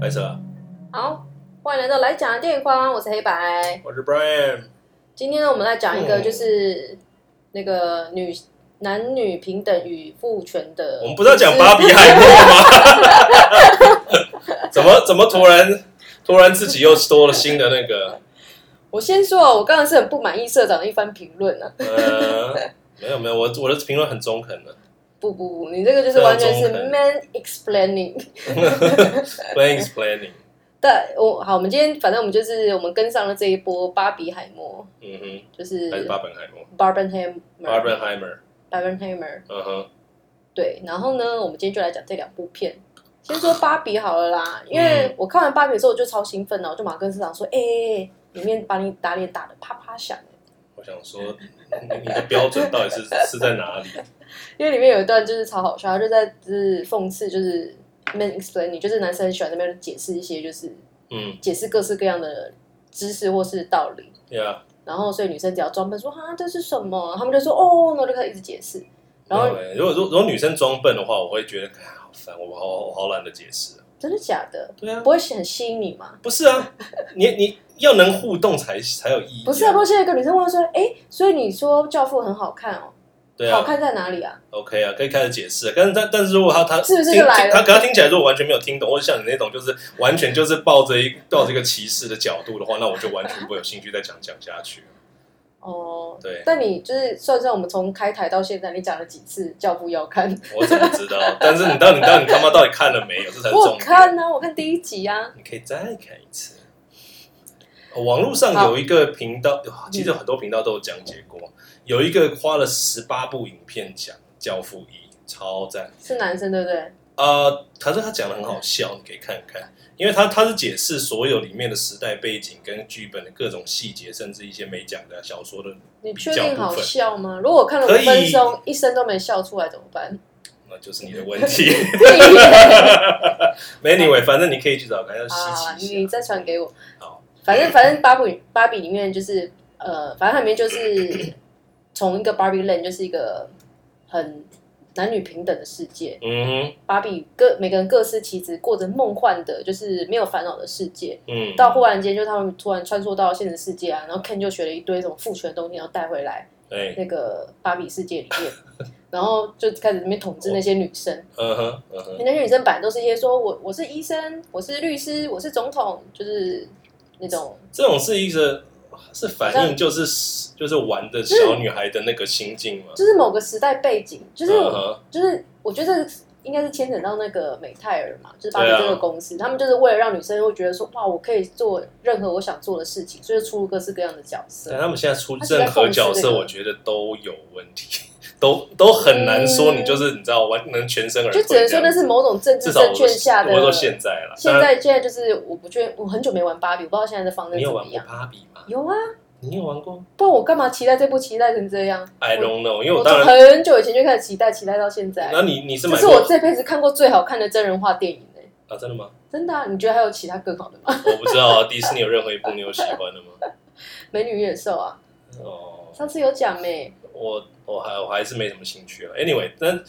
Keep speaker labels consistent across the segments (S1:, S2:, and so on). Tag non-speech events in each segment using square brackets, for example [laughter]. S1: 白色，啊
S2: 好，欢迎来到来讲的电影框，我是黑白。
S1: 我是 Brian。
S2: 今天呢，我们来讲一个
S1: 嗯
S2: 就是那个女男女平等与父权的。
S1: 我们不是要讲芭比海默
S2: [laughs]
S1: 吗？怎么怎么突然突然自己又多了新的那
S2: [laughs]
S1: 个？
S2: 我先说哦，我刚刚是很不满意社长的一番评论啊。
S1: 呃，没有没有，我我的评论很中肯的。 [laughs]
S2: 不不不，你这个就是完全是
S1: 这样中肯
S2: man explaining。 [laughs]
S1: Playing is planning。
S2: 但我好，我们今天反正我们就是我们跟上了这一波芭比海默，
S1: 嗯
S2: 就
S1: 哼，
S2: 是
S1: 还是巴本海默
S2: Barbenheimer。
S1: ，Barbenheimer。
S2: Barbenheimer。
S1: 嗯哼，
S2: 对，然后呢，我们今天就来讲这两部片。先说芭比好了啦，
S1: 嗯
S2: 因为我看完芭比之后我就超兴奋了，我就马上跟市长说：“哎、里面把你打脸打的啪啪响。欸
S1: 我想说，你你的标准到底是是在哪里？”
S2: 因为里面有一段就是超好笑，他就在就是讽刺，就是 men explain 你，就是男生很喜欢那边解释一些就是
S1: 嗯
S2: 解释各式各样的知识或是道理，
S1: ，Yeah。
S2: 然后所以女生只要装笨说：“啊，这是什么？”他们就说：“哦。”那我就开始一直解释，然后
S1: 没有欸如果如果如果女生装笨的话，我会觉得，哎好烦，我好我好懒得解释啊。
S2: 真的假的？
S1: 对啊，
S2: 不会很吸引你吗？
S1: 不是啊，你你要能互动才才有意义啊。
S2: 不是啊，如果现在一个女生问说：“哎、所以你说《教父》很好看哦？”
S1: 对
S2: 好
S1: 啊
S2: 看在哪里啊？
S1: ，OK 啊，可以开始解释啊。但是但但是如果他他
S2: 是不是
S1: 听
S2: 就来了
S1: 他可他听起来如果完全没有听懂，或者像你那种就是完全就是抱着一抱着一个歧视的角度的话，那我就完全不会有兴趣再讲讲下去。
S2: 哦，
S1: 对，
S2: 但你就是算算我们从开台到现在，你讲了几次《教父》要看？
S1: 我怎么知道？ [laughs] 但是你到底到底他妈到底看了没有？这才是
S2: 我
S1: 重点。
S2: 看啊，我看第一集啊。
S1: 你可以再看一次。哦网络上有一个频道，哇其实很多频道都有讲解
S2: 嗯
S1: 过，有一个花了十八部影片讲《教父一》，超赞。
S2: 是男生对不对？
S1: 呃，可是他讲的很好笑，你可以看看，因为他他是解释所有里面的时代背景跟剧本的各种细节，甚至一些美讲的小说的，
S2: 你确定好笑吗？如果我看了五
S1: 可以
S2: 分钟，一声都没笑出来怎么办？
S1: 那就是你的问
S2: [laughs]
S1: 题。
S2: 屁耶
S1: anyway，反正你可以去找看，要
S2: 啊！
S1: 稀奇
S2: 你
S1: 一下。
S2: 再传给我。
S1: 好，
S2: 反正反正芭比芭比里面就是呃，反正它里面就是从一个芭比 land 就是一个很男女平等的世界，
S1: 嗯哼，
S2: 芭比各每个人各司其职，过着梦幻的，就是没有烦恼的世界。
S1: 嗯，
S2: 到忽然间，就他们突然穿梭到现实世界啊，然后 Ken 就学了一堆什么父权的东西，然后带回来
S1: 对，
S2: 那个芭比世界里面，然后就开始里面统治那些女生。
S1: 嗯哼，嗯哼，
S2: 那些女生本来都是一些说我我是医生，我是律师，我是总统，就是那种
S1: 这种是一个是反
S2: 好
S1: 映就是就是玩的小女孩的那个心境嘛。
S2: 就是某个时代背景，就是、
S1: 嗯哼，
S2: 就是我觉得应该是牵扯到那个美泰尔嘛，就是芭比
S1: 对啊
S2: 这个公司，他们就是为了让女生会觉得说哇，我可以做任何我想做的事情，所以就出入各式各样的角色
S1: 但。他们现在出
S2: 他是在
S1: 任何角
S2: 讽刺这
S1: 色，
S2: 个
S1: 我觉得都有问题，都都很难说。
S2: 嗯
S1: 你就是你知道，完能全身而
S2: 就
S1: 退
S2: 只能
S1: 啊这
S2: 说
S1: 样
S2: 那是某种政
S1: 至
S2: 治
S1: 少
S2: 正
S1: 我
S2: 确下的。
S1: 我说现在了，
S2: 现在现在就是我不确，我很久没玩芭比，我不知道现在的方
S1: 当
S2: 针
S1: 然呃你
S2: 怎
S1: 有玩
S2: 么
S1: 过
S2: 样。
S1: 芭比吗？
S2: 有啊，
S1: 你有玩过
S2: 不然我干嘛期待这部期待成这样？
S1: ？I
S2: 我
S1: don't know，因为
S2: 我
S1: 我
S2: 从
S1: 当然，
S2: 很久以前就开始期待，期待到现在。
S1: 那你你是
S2: 这
S1: 买
S2: 是
S1: 过
S2: 我这辈子看过最好看的真人化电影欸
S1: 啊？真的吗？
S2: 真的啊？你觉得还有其他更好的吗？ [laughs]
S1: 我不知道啊， [laughs] 迪士尼有任何一部你有喜欢的吗？
S2: 美女与野兽啊，
S1: 哦，
S2: 上次有讲欸没？
S1: 我我还我还是没什么兴趣了。Anyway，但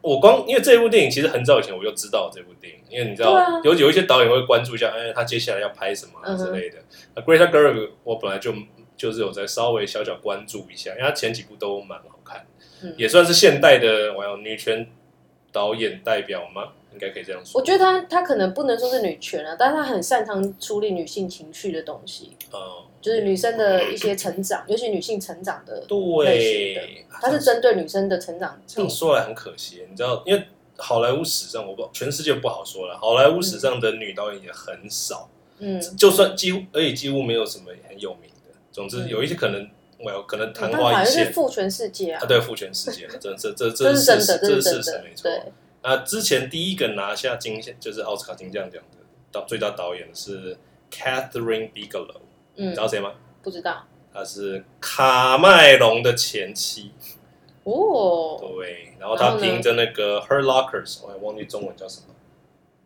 S1: 我光因为这部电影其实很早以前我就知道这部电影，因为你知道、
S2: 对啊
S1: 有有一些导演会关注一下，哎，他接下来要拍什么啊
S2: 嗯哼
S1: 之类的。那 Greta Gerwig 我本来就就是有在稍微小小关注一下，因为他前几部都蛮好看，
S2: 嗯
S1: 也算是现代的我要女权导演代表吗？应该可以这样说。
S2: 我觉得她她可能不能说是女权啊，但是她很擅长处理女性情绪的东西，
S1: 得，嗯，
S2: 就是女生的一些成长，尤其女性成长的，类型
S1: 对，
S2: 她是针对女生的成长
S1: 这
S2: 定
S1: 样说来很可惜，你知道，因为好莱坞史上，我不全世界不好说了，好莱坞史上的女导演也很少，
S2: 嗯，
S1: 就算几乎，而且几乎没有什么很有名的。总之，
S2: 嗯
S1: 有一些可能，我有可能
S2: 没
S1: 昙
S2: 办法，
S1: 花一
S2: 就是
S1: 现
S2: 父权世界
S1: 啊，
S2: 啊，
S1: 对父权世
S2: [laughs]
S1: 界了，这这这
S2: 这
S1: 这
S2: 是
S1: 事
S2: 真
S1: 实
S2: 的，，
S1: 这
S2: 是
S1: 事
S2: 真
S1: 实
S2: 的
S1: 没，错。
S2: 对，
S1: 那之前第一个拿下金像就是奥斯卡金像奖的到最佳导演是 Catherine Bigelow，你
S2: 嗯
S1: 知，道谁吗？
S2: 不知道
S1: 她是卡麦隆的前妻。
S2: 哦，
S1: 对，然后
S2: 然
S1: 他
S2: 后呢
S1: 凭着那个《Her Lockers》，我还忘记中文叫什么。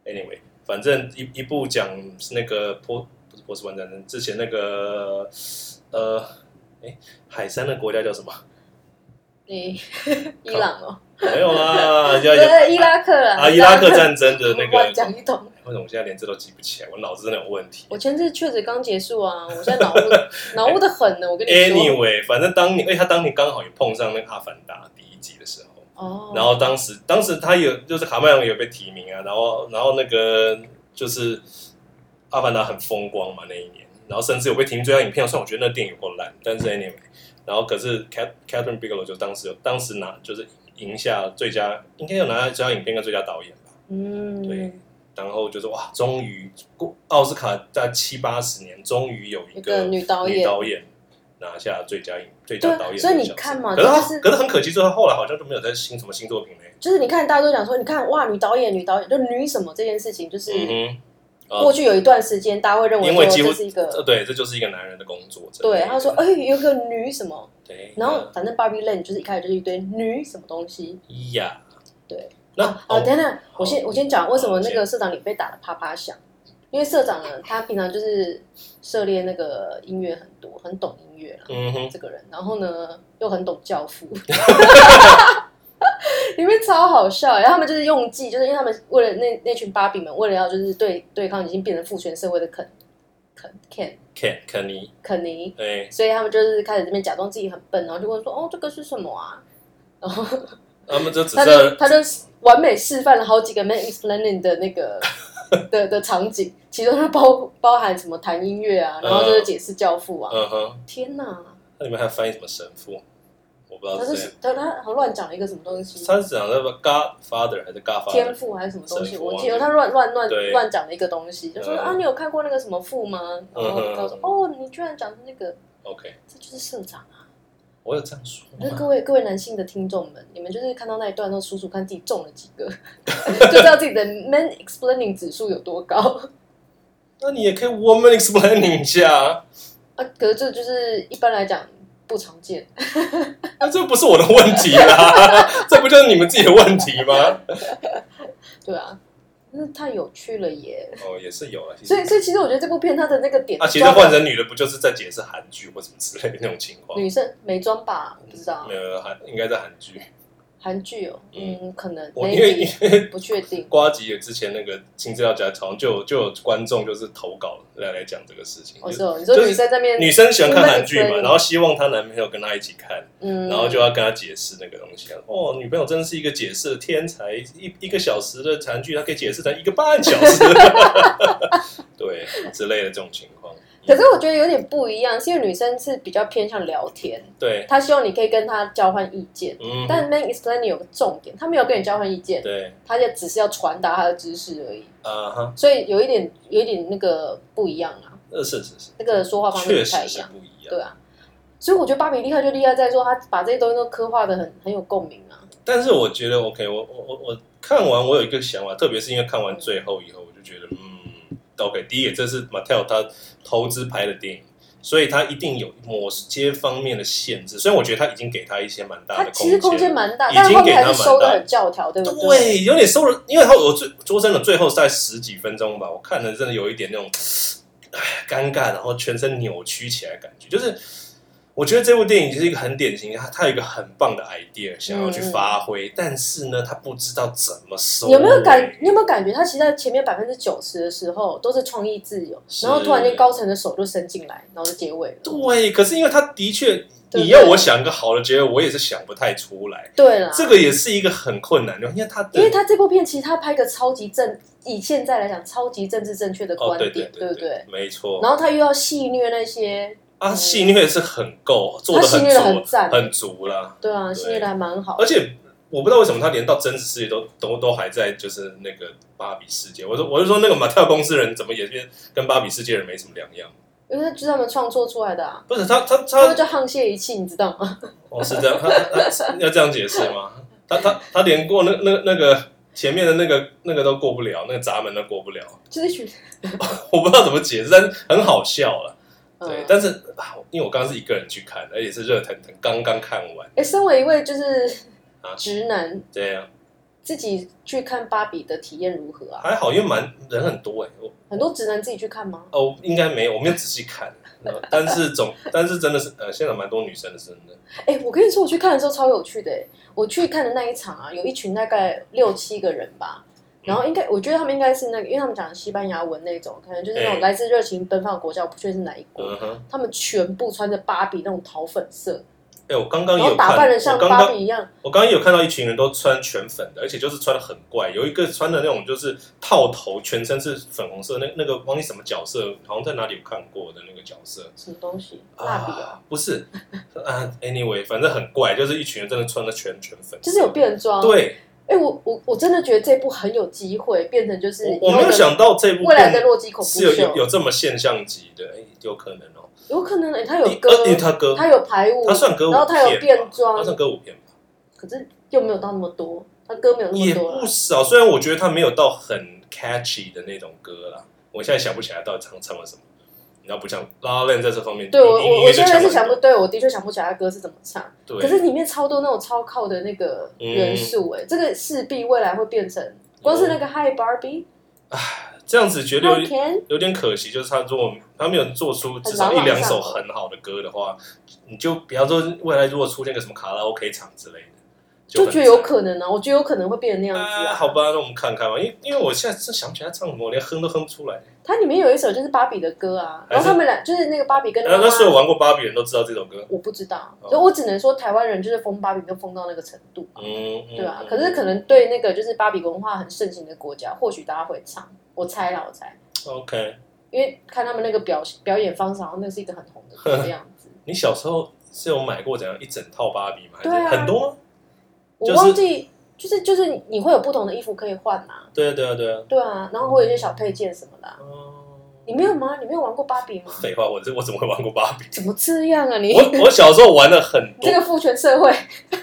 S1: Anyway，反正一一部讲是那个波不是波斯湾战争之前那个呃，哎，海山的国家叫什么？
S2: 诶，伊朗哦，
S1: [laughs]
S2: 呃
S1: 没有啦，要要
S2: 对，伊拉克啦，
S1: 啊，伊拉克战争的那个，
S2: [laughs] 乱讲一通。
S1: 为什么我现在连这都记不起来？我脑子真的有问题。
S2: 我前次确实刚结束啊，我现在脑雾
S1: [laughs]
S2: 脑雾的很呢，我跟你说。
S1: Anyway，反正当年，哎，他当年刚好也碰上那个《阿凡达》第一季的时候，
S2: 哦，
S1: 然后当时当时他有就是卡麦隆也有被提名啊，然后然后那个就是《阿凡达》很风光嘛那一年，然后甚至有被提名最佳影片，虽然我觉得那电影有够烂，但是 anyway，然后可是 Cat Catherine Bigelow 就当时有当时拿就是赢下最佳，应该有拿下最佳影片跟最佳导演吧。对
S2: 嗯，
S1: 然后就是哇，终于过奥斯卡在七八十年，终于有一
S2: 一个
S1: 个
S2: 女导
S1: 女
S2: 演，
S1: 导演拿下最佳影最佳导演
S2: 对，
S1: 的
S2: 所以你
S1: 奖
S2: 看
S1: 项
S2: 嘛，
S1: 可是
S2: 就是
S1: 他可是很可惜，就是他后来好像就没有在新什么新作品嘞。
S2: 就是你看，大家都讲说，你看哇，女导演，女导演，就女什么这件事情，就是
S1: 嗯啊
S2: 过去有一段时间，大家会认
S1: 因为
S2: 说
S1: 几乎
S2: 这是一
S1: 哼，这
S2: 个
S1: 对，这就是一个男人的工作。真的
S2: 对，他说哎，有个女什么，
S1: 对，
S2: 然后反正 Barbie Land 就是一开始就是一堆女什么东西。
S1: 那呀，
S2: 对，
S1: 那
S2: 啊哦，等等，我先我先讲为什么那
S1: 好
S2: 个社长你被打的啪啪响，因为社长呢，他平常就是涉猎那个音乐很多，很懂音乐啦，
S1: 嗯哼，
S2: 这个人，然后呢又很懂教父，里面超好笑欸。然后他们就是用计，就是因为他们为了那那群芭比们，为了要就是对对抗已经变成父权社会的肯肯肯
S1: 肯肯尼，哎
S2: 肯尼，
S1: 对，
S2: 所以他们就是开始这边假装自己很笨，然后就问说哦这个是什么啊？然后
S1: 他们就只
S2: 他就是他就完美示范了好几个 man explaining 的
S1: [laughs]
S2: 那个的的场景，其中就包包含什么谈音乐啊，然后就是解释教父啊，
S1: 嗯哼，
S2: 天哪！
S1: 那里面还翻译什么神父，我不知道
S2: 他
S1: 是
S2: 是
S1: 谁，
S2: 他他好像乱讲了一个什么东西，
S1: 他是讲那个 Godfather 还是 Godfather？
S2: 天赋还是什么东西，
S1: 神父啊
S2: 我记得他乱乱乱
S1: 对
S2: 乱讲了一个东西，就说
S1: 嗯
S2: 啊，你有看过那个什么父吗？然后
S1: 嗯
S2: 他说哦，你居然讲那个，
S1: OK，
S2: 这就是社长啊！
S1: 我有这样说
S2: 那
S1: 吗？
S2: 各位各位男性的听众们，你们就是看到那一段，都数数看自己中了几个， [laughs] 就知道自己的 man explaining 指数有多高。
S1: 那你也可以 woman explaining 一下，
S2: 啊，可是这就是一般来讲不常见。
S1: 那这不是我的问题啦， [laughs] 这不就是你们自己的问题吗？
S2: 对啊，真是太有趣了耶！
S1: 哦，也是有了，其
S2: 所以，
S1: 实
S2: 所以其实我觉得这部片它的那个点，
S1: 啊，其实换成女的不就是在解释韩剧或什么之类的那种情况？
S2: 女生美妆吧，我不知道
S1: 没有韩应该在韩剧，
S2: 韩剧哦，嗯，可能
S1: 我因为
S2: maybe
S1: 因为
S2: [laughs] 不
S1: [laughs]
S2: 确定。
S1: 瓜吉之前那个新资料夹好像就有就有观众就是投稿来来讲这个事情，
S2: 我
S1: 就是
S2: 哦，你说
S1: 就是
S2: 女生在面，
S1: 女生喜欢看韩剧
S2: 那
S1: 嘛，
S2: 个
S1: 然后希望她男朋友跟她一起看，
S2: 嗯，
S1: 然后就要跟他解释那个东西啊。哦，女朋友真是一个解释的天才，一一个小时的韩剧，她可以解释成一个半小
S2: [laughs]
S1: 时，对之类的这种情况。
S2: 可是我觉得有点不一样，是因为女生是比较偏向聊天，
S1: 对，
S2: 她希望你可以跟她交换意见。
S1: 嗯，
S2: 但 man explaining 有个重点，她没有跟你交换意见，
S1: 对，
S2: 她就只是要传达她的知识而已，
S1: 啊哈，
S2: 所以有一点有一点那个不一样啊，
S1: 呃，是是是，
S2: 那个说话方
S1: 确
S2: 面不太
S1: 实
S2: 一
S1: 是
S2: 样，
S1: 不一样。
S2: 对啊。所以我觉得芭比厉害就厉害在说，她把这些东西都刻画的很很有共鸣啊。
S1: 但是我觉得 OK，我我我我看完我有一个想法，特别是因为看完最后以后，我就觉得嗯，OK，第一个这是 Mattel 他投资拍的电影。所以他一定有某些方面的限制，虽然我觉得他已经给他一些蛮大
S2: 她
S1: 的
S2: 其实空间蛮大，
S1: 已经
S2: 但是后
S1: 给
S2: 面
S1: 她
S2: 还是
S1: 蛮
S2: 收的
S1: 大
S2: 很教条，对不对？
S1: 对，有点收了，因为他我最说真的，最后在十几分钟吧，我看了真的有一点那种唉尴尬，然后全身扭曲起来的感觉，就是我觉得这部电影就是一个很典型，它它有一个很棒的 idea 想要去发挥，但是呢，他不知道怎么收
S2: 你
S1: 尾。
S2: 有没有感？你有没有感觉他其实在前面百分之九十的时候都是创意自由，
S1: 是
S2: 然后突然间高层的手就伸进来，然后就结尾了。
S1: 对，可是因为他的确，
S2: 对
S1: 你要我想一个好的结尾，我也是想不太出来。
S2: 对啦，
S1: 这个也是一个很困难的，因为他的
S2: 因为他这部片其实他拍个超级正，以现在来讲超级政治正确的
S1: 哦，
S2: 观
S1: 对
S2: 点，
S1: 对
S2: 不
S1: 对
S2: 对？，
S1: 没错。
S2: 然后他又要戏虐那些，
S1: 啊，戏虐是很够，做
S2: 他
S1: 的
S2: 戏
S1: 很
S2: 虐的很
S1: 足，
S2: 赞，
S1: 很足啦。
S2: 对啊，戏虐的还蛮好
S1: 而。且我不知道为什么他连到真实世界都都都还在就是那个芭比世界。我说我就说那个马跳公司人怎么也变跟芭比世界人没什么两样？
S2: 因为那就是他们创作出来的啊，
S1: 不是他他
S2: 他
S1: 他
S2: 们就沆瀣一气，你知道吗？ [laughs]
S1: 哦是这样，他他他要这样解释吗？他他他连过那那那个前面的那个那个都过不了，那个闸门都过不了，
S2: 就是一群，
S1: 我不知道怎么解释，但是很好笑了。对，
S2: 嗯，
S1: 但是啊因为我刚刚是一个人去看，而且是热腾腾，刚刚看完，
S2: 哎，身为一位就是
S1: 啊
S2: 直男，
S1: 这样
S2: 自己去看芭比的体验如何啊？
S1: 还好，因为蛮人很多哎、我
S2: 很多直男自己去看吗？
S1: 哦，应该没有，我没有仔细看。但是总，但是真的是，呃，现场蛮多女生的，真的。
S2: 哎、我跟你说，我去看的时候超有趣的、欸。我去看的那一场啊，有一群大概六七个人吧，
S1: 嗯
S2: 然后应该我觉得他们应该是那个，因为他们讲西班牙文那种，可能就是那
S1: 哎
S2: 种来自热情奔放的国家，我不确定是哪一国。
S1: 嗯哼，
S2: 他们全部穿着芭比那种桃粉色，
S1: 哎、我刚刚
S2: 然
S1: 也有
S2: 后
S1: 看，
S2: 打扮的像
S1: 我刚
S2: 芭
S1: 刚
S2: 比一样，
S1: 我刚刚也有看到一群人都穿全粉的，而且就是穿的很怪，有一个穿的那种就是套头，全身是粉红色，那那个忘记什么角色，好像在哪里有看过的那个角色。
S2: 什么东西蜡笔哦，
S1: 啊，不是啊，anyway，反正很怪，就是一群人真的穿的全全粉色，
S2: 就是有变装。，
S1: 对，
S2: 哎、我我我真的觉得这部很有机会变成就是
S1: 我我没有想到这部
S2: 未来的
S1: 片
S2: 洛基恐怖
S1: 是有有
S2: 秀，
S1: 有这么现象级的，哎，有可能哦。
S2: 有可能哎、他有
S1: 因
S2: 歌，
S1: 呃因为他歌，
S2: 他有排舞
S1: 他，算歌舞片
S2: 然
S1: 吧，
S2: 后他有变装
S1: 他算歌舞片吧，
S2: 可是又没有到那么多，他歌没有那么
S1: 也
S2: 多
S1: 不
S2: 啦。
S1: 少。虽然我觉得他没有到很 catchy 的那种歌啦，我现在想不起来到底唱唱了什么。你要不像 La La Land 在这方面，
S2: 对我
S1: 音
S2: 我
S1: 乐
S2: 我
S1: 就
S2: 现在是
S1: 强
S2: 想
S1: 很多
S2: 不对，我的确想不起来他歌是怎么唱。
S1: 对，嗯
S2: 可是里面超多那种超靠的那个元素、哎、这个势必未来会变成，光是那个 Hi Barbie，Hi
S1: 这样子绝对有
S2: Ken，
S1: 有点可惜，就是他如果他没有做出至少一两首很好的歌的话，你就比方说未来如果出现个什么卡拉 OK 场之类的，
S2: 就
S1: 很
S2: 觉得有可能啊，我觉得有可能会变成那样
S1: 惨
S2: 子啊。
S1: 啊，好吧，那我们看看吧，因为因为我现在真想不起来他唱什么，我连哼都哼不出来。
S2: 它里面有一首就是芭比的歌啊，然后
S1: 还是
S2: 他们俩就是那个芭比跟
S1: 那
S2: 妈
S1: 那所有
S2: 妈，
S1: 玩过芭比人都知道这首歌，
S2: 我不知道，
S1: 哦
S2: 所以我只能说台湾人就是疯芭比就疯到那个程度，
S1: 嗯，嗯
S2: 对啊
S1: 嗯。
S2: 可是可能对那个就是芭比文化很盛行的国家，或许大家会唱，我猜啦，我猜，
S1: OK，
S2: 因为看他们那个表表演方式，好像那是一个很红的歌的样子。
S1: 你小时候是有买过怎样一整套芭比吗？还是
S2: 对啊
S1: 很多吗？
S2: 我忘记，就是就是你会有不同的衣服可以换嘛，
S1: 对啊，对啊，对啊。
S2: 对啊，然后会有一些小配件什么的啊、
S1: 哦
S2: 你没有吗？你没有玩过芭比
S1: [laughs]
S2: 吗？
S1: 废话，我这我怎么会玩过芭
S2: [laughs]
S1: 比？
S2: 怎么这样啊你？
S1: 我我小时候玩了很
S2: 你
S1: 多
S2: 这个父权社会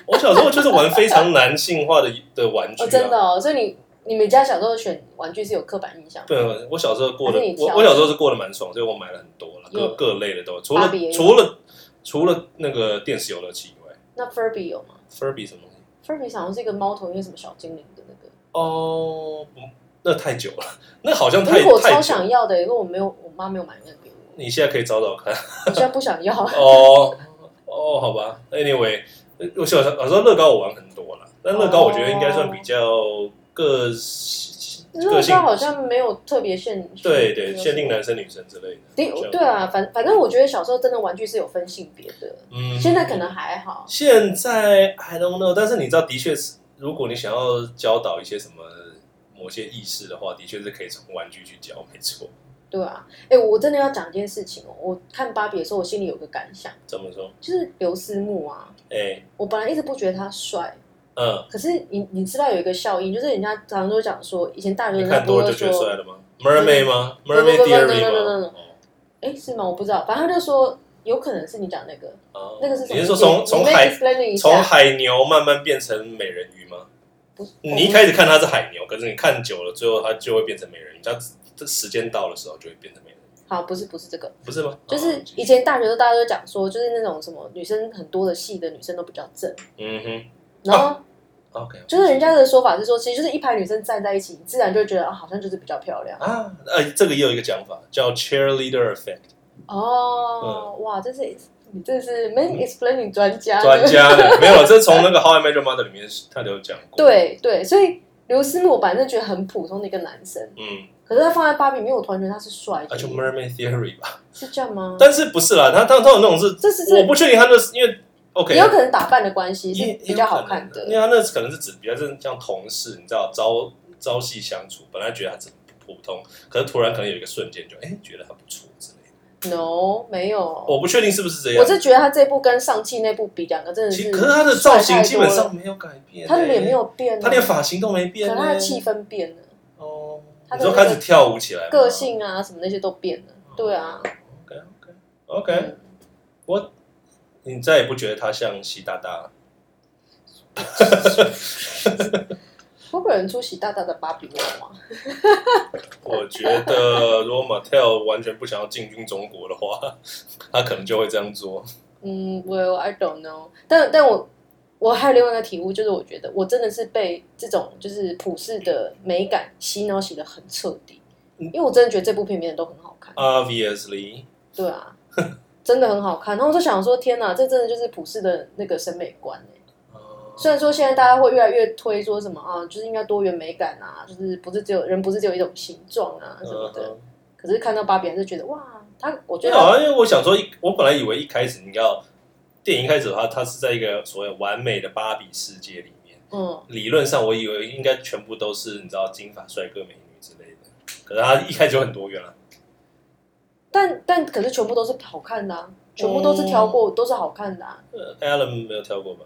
S1: 我小时候就是玩非常男性化的的玩具、啊
S2: 哦，真的哦，所以你你们家小时候选玩具是有刻板印象吗？
S1: 对，啊我小时候过得
S2: 还是你挑
S1: 我我小时候是过得蛮爽，所以我买了很多了，各
S2: 有
S1: 各类的都有，除了
S2: 芭比也有
S1: 除了除了那个电视游乐器以外
S2: 那 Furby 有吗
S1: ，Furby 什么东西？
S2: ？Furby 好像是一个猫头鹰，什么小精灵的那个。
S1: 哦，不那太久了，那好像
S2: 可
S1: 太
S2: 是我
S1: 太
S2: 超
S1: 久了。
S2: 想要的，因为我没有，我妈没有买那个给我，
S1: 你现在可以找找看。
S2: 我现在不
S1: [laughs]
S2: 想要。
S1: 哦哦，好吧。Anyway，我小小时候乐高我玩很多了，但乐高我觉得应该算比较个性个
S2: 乐
S1: 性
S2: 高，好像没有特别限，
S1: 对对，限定。男生女生之类的。
S2: 对
S1: 比较
S2: 对啊，反反正我觉得小时候真的玩具是有分性别的，
S1: 嗯，
S2: 现在可能还好。
S1: 现在 I don't know，但是你知道，的确是，如果你想要教导一些什么某些意识的话，的确是可以从玩具去教，没错。
S2: 对啊，哎，我真的要讲一件事情哦。我看芭比的时候，我心里有个感想，
S1: 怎么说？
S2: 就是刘思慕啊，
S1: 哎、
S2: 我本来一直不觉得他帅，
S1: 嗯，
S2: 可是你你知道有一个效应，就是人家常常都讲说，以前大学
S1: 你
S2: 人家
S1: 看
S2: 都
S1: 多了
S2: 会
S1: 就觉得
S2: 说
S1: 帅了吗？Mermaid 吗
S2: 不不不
S1: ？Mermaid Theory
S2: no, no, no, no,
S1: 吗
S2: no？哎，是吗？我不知道，反正他就说有可能是你讲那个，
S1: 哦
S2: 那个是什
S1: 你
S2: 么？
S1: 是说从从
S2: 你你
S1: 海
S2: explaining 一
S1: 从
S2: 下，
S1: 海牛慢慢变成美人鱼吗？
S2: 不是
S1: 你一开始看它是海牛，可是你看久了，最后它就会变成美人鱼。它这时间到的时候就会变成美人鱼，
S2: 好，不是不是这个，
S1: 不是吗？
S2: 就是
S1: 哦
S2: 以前大学的时候大家都讲说，就是那种什么女生很多的系的女生都比较正，
S1: 嗯
S2: 然后
S1: 哼，OK，
S2: 就是人家的说法是说，其实就是一排女生站在一起，你自然就会觉得啊，好像就是比较漂亮
S1: 啊，呃，这个也有一个讲法叫 cheerleader effect。
S2: 哦，哇，这是你这是 man explaining 专家
S1: 嗯专家
S2: [laughs]
S1: 的没有，这是从那个《How I Met Your Mother》里面他就有讲过。，
S2: 对对，所以刘思慕我本来就觉得很普通的一个男生，
S1: 嗯，
S2: 可是他放在芭比里面，我突然觉得他是帅
S1: 啊，
S2: 的
S1: 就
S2: 耶，
S1: Mermaid Theory 吧，
S2: 是这样吗？
S1: 但是不是啦，他他他有那种是，
S2: 这是
S1: 我
S2: 这
S1: 不确定他就是因为 OK，
S2: 也有可能打扮的关系是
S1: 也
S2: 比较好看
S1: 也有可能
S2: 的
S1: 因。为他那可能是指比较是像同事，你知道朝朝夕相处，本来觉得他只普通，可是突然可能有一个瞬间就哎觉得他不错之类的，
S2: No，没有，
S1: 啊我不确定是不是这样
S2: 我。是觉得他这部跟上季那部比，两个真的
S1: 其
S2: 是
S1: 实可是他的造型
S2: 帅太多
S1: 基本
S2: 了，
S1: 上没有改变、欸
S2: 他的脸没，有变啊，
S1: 他连发型都没
S2: 可
S1: 变、
S2: 能
S1: 呢
S2: 他的气氛变了，
S1: 哦，
S2: 他
S1: 你
S2: 的
S1: 说
S2: 那
S1: 开
S2: 个
S1: 始跳舞起来吗，
S2: 个性啊什么那些都变了。对啊，
S1: OK OK OK，、
S2: 嗯
S1: 我你再也不觉得他像习大大了？
S2: 会不会有人出席大大的芭比啊娃娃？
S1: 我觉得如果 Mattel 完全不想要进军中国的话， [laughs] 他可能就会这样做。
S2: 嗯，Well I don't know 但。但我我还有另外一个体悟，就是我觉得我真的是被这种就是普世的美感洗脑洗的很彻底，
S1: 嗯
S2: 因为我真的觉得这部片变得都很好看。
S1: Obviously，
S2: 对啊，真的很好看。然后我就想说，天哪，这真的就是普世的那个审美观哎、
S1: 呃
S2: 虽然说现在大家会越来越推说什么啊，就是应该多元美感啊，就是不是只有人不是只有一种形状啊什么的。
S1: 嗯
S2: 可是看到芭比还是觉得哇，他我觉
S1: 因为
S2: 得
S1: 好
S2: 它
S1: 像啊因为我想说一，我本来以为一开始你要电影一开始的话，它是在一个所谓完美的芭比世界里面，
S2: 嗯，
S1: 理论上我以为应该全部都是你知道金发帅哥美女之类的，可是它一开始就很多元啊了、
S2: 但但可是全部都是好看的、啊，全部都是挑
S1: 哦
S2: 过，都是好看的、啊。
S1: 呃 Alan 没有跳
S2: [laughs]
S1: 过吧？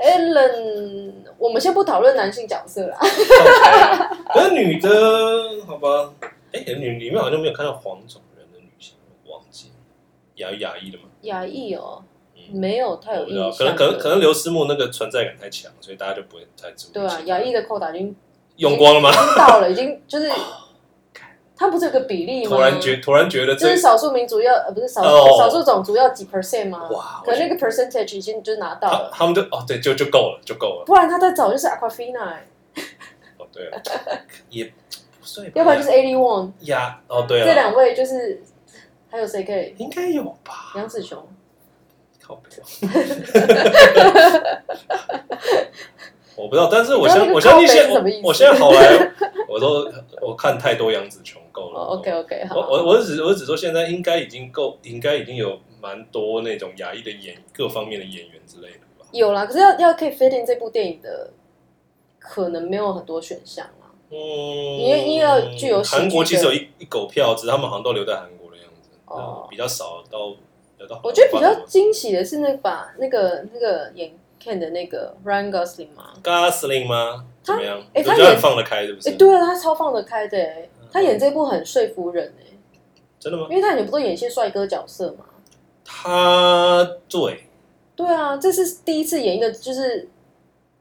S2: Allen，我们先不讨论男性角色啦，
S1: 可是女的，好吧？哎、女里面好像没有看到黄种人的女性，我忘记亚亚裔的吗？
S2: 亚裔哦，
S1: 嗯，
S2: 没有太
S1: 我
S2: 有
S1: 不知道，
S2: 印
S1: 可能
S2: 象了。
S1: 可能可能刘思慕那个存在感太强，所以大家就不会太注意。
S2: 对啊，亚裔的扣打已经
S1: 用光了吗？
S2: 已经到了，已经就是，它不是有个比例吗？
S1: 哦突然觉突然觉得
S2: 就
S1: 这
S2: 是少数民族要呃不是少
S1: 哦
S2: 数少数种族要几 percent 吗？
S1: 哇，
S2: 啊可是那个 percentage 已经就拿到
S1: 他
S2: 了，
S1: 他们就哦对，就就够了，就够了。
S2: 不然他再找就是 Aquafina，欸
S1: 啊哦对
S2: [laughs]
S1: 了，也不算吧，
S2: 要不然就是 Ali Wong，
S1: 呀哦对
S2: 这
S1: 了，
S2: 两位就是还有谁可以？
S1: 应该有吧？
S2: 杨紫琼，
S1: 靠北哦 [laughs] 我不知道，但是我
S2: 你知道
S1: 相
S2: 那个
S1: 我相信
S2: 靠北是
S1: 现
S2: 什么意
S1: 我
S2: 思
S1: 我现在好莱，
S2: [laughs]
S1: 我都我看太多杨紫琼够了。
S2: 哦，OK OK，好，
S1: 我我我只我只说现在应该已经够，应该已经有蛮多那种亚裔的演各方面的演员之类的吧。
S2: 有啦，可是要要可以 fit in 这部电影的，可能没有很多选项啊啦。
S1: 嗯，
S2: 为因为要具有喜剧的
S1: 韩国其实有一一狗票，只是他们好像都留在韩国的样子，
S2: 哦
S1: 比较少到留到。
S2: 我觉得比较惊喜的是那把那个那个演 Ken 的那个 Ryan Gosling 嘛，
S1: Gosling 吗？怎
S2: 他
S1: 么样？
S2: 诶
S1: 你
S2: 他
S1: 觉得
S2: 也
S1: 很放得开是不是？嗯
S2: 哎、对啊，他超放得开的、欸，他演这部很说服人哎、
S1: 真的吗
S2: 因？为他以前不都演一些帅哥角色嘛？
S1: 他对
S2: 对啊，这是第一次演一个就是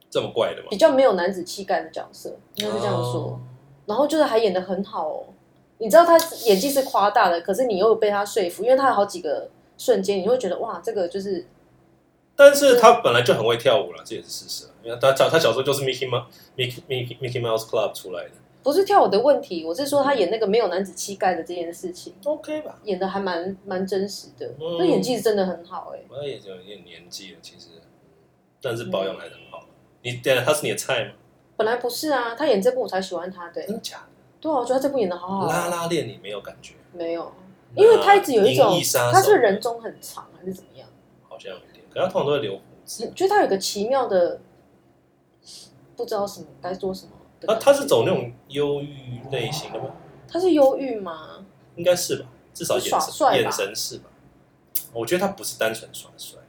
S1: 这么怪的吗？
S2: 比较没有男子气概的角色，应该是这样说。
S1: 哦
S2: 然后就是还演的很好哦，你知道他演技是夸大的，可是你又被他说服，因为他有好几个瞬间，你会觉得哇，这个就是
S1: 但是他本来就很会跳舞了，这也是事实啊。因为他小他小时候就是 Mickey Mouse Mickey Mickey Mickey Mouse Club 出来的
S2: 不是跳舞的问题，我是说他演那个没有男子气概的这件事情，
S1: ，OK 吧？
S2: 演的还蛮蛮真实的，
S1: 嗯
S2: 那、演技是真的很好哎、
S1: 我也有一点年纪了，其实，但是保养得还是很好。你等一下他是你的菜吗？
S2: 本来不是啊，他演这部我才喜欢他的、欸
S1: 真的假的？
S2: 对啊，我觉得他这部演的好好、
S1: 拉
S2: 啊，
S1: 拉链你没有感觉？
S2: 没有，啊因为他一直有一种
S1: 银翼杀手
S2: 他是人中很长还是怎么样？
S1: 好像有一点，可他通常都会留胡子。
S2: 觉得他有个奇妙的，不知道什么该做什么的
S1: 他
S2: 感觉。
S1: 他是走那种忧郁类型的吗？
S2: 他是忧郁吗？
S1: 应该是吧，至少眼
S2: 耍帅吧
S1: 神眼神是吧？我觉得他不是单纯耍帅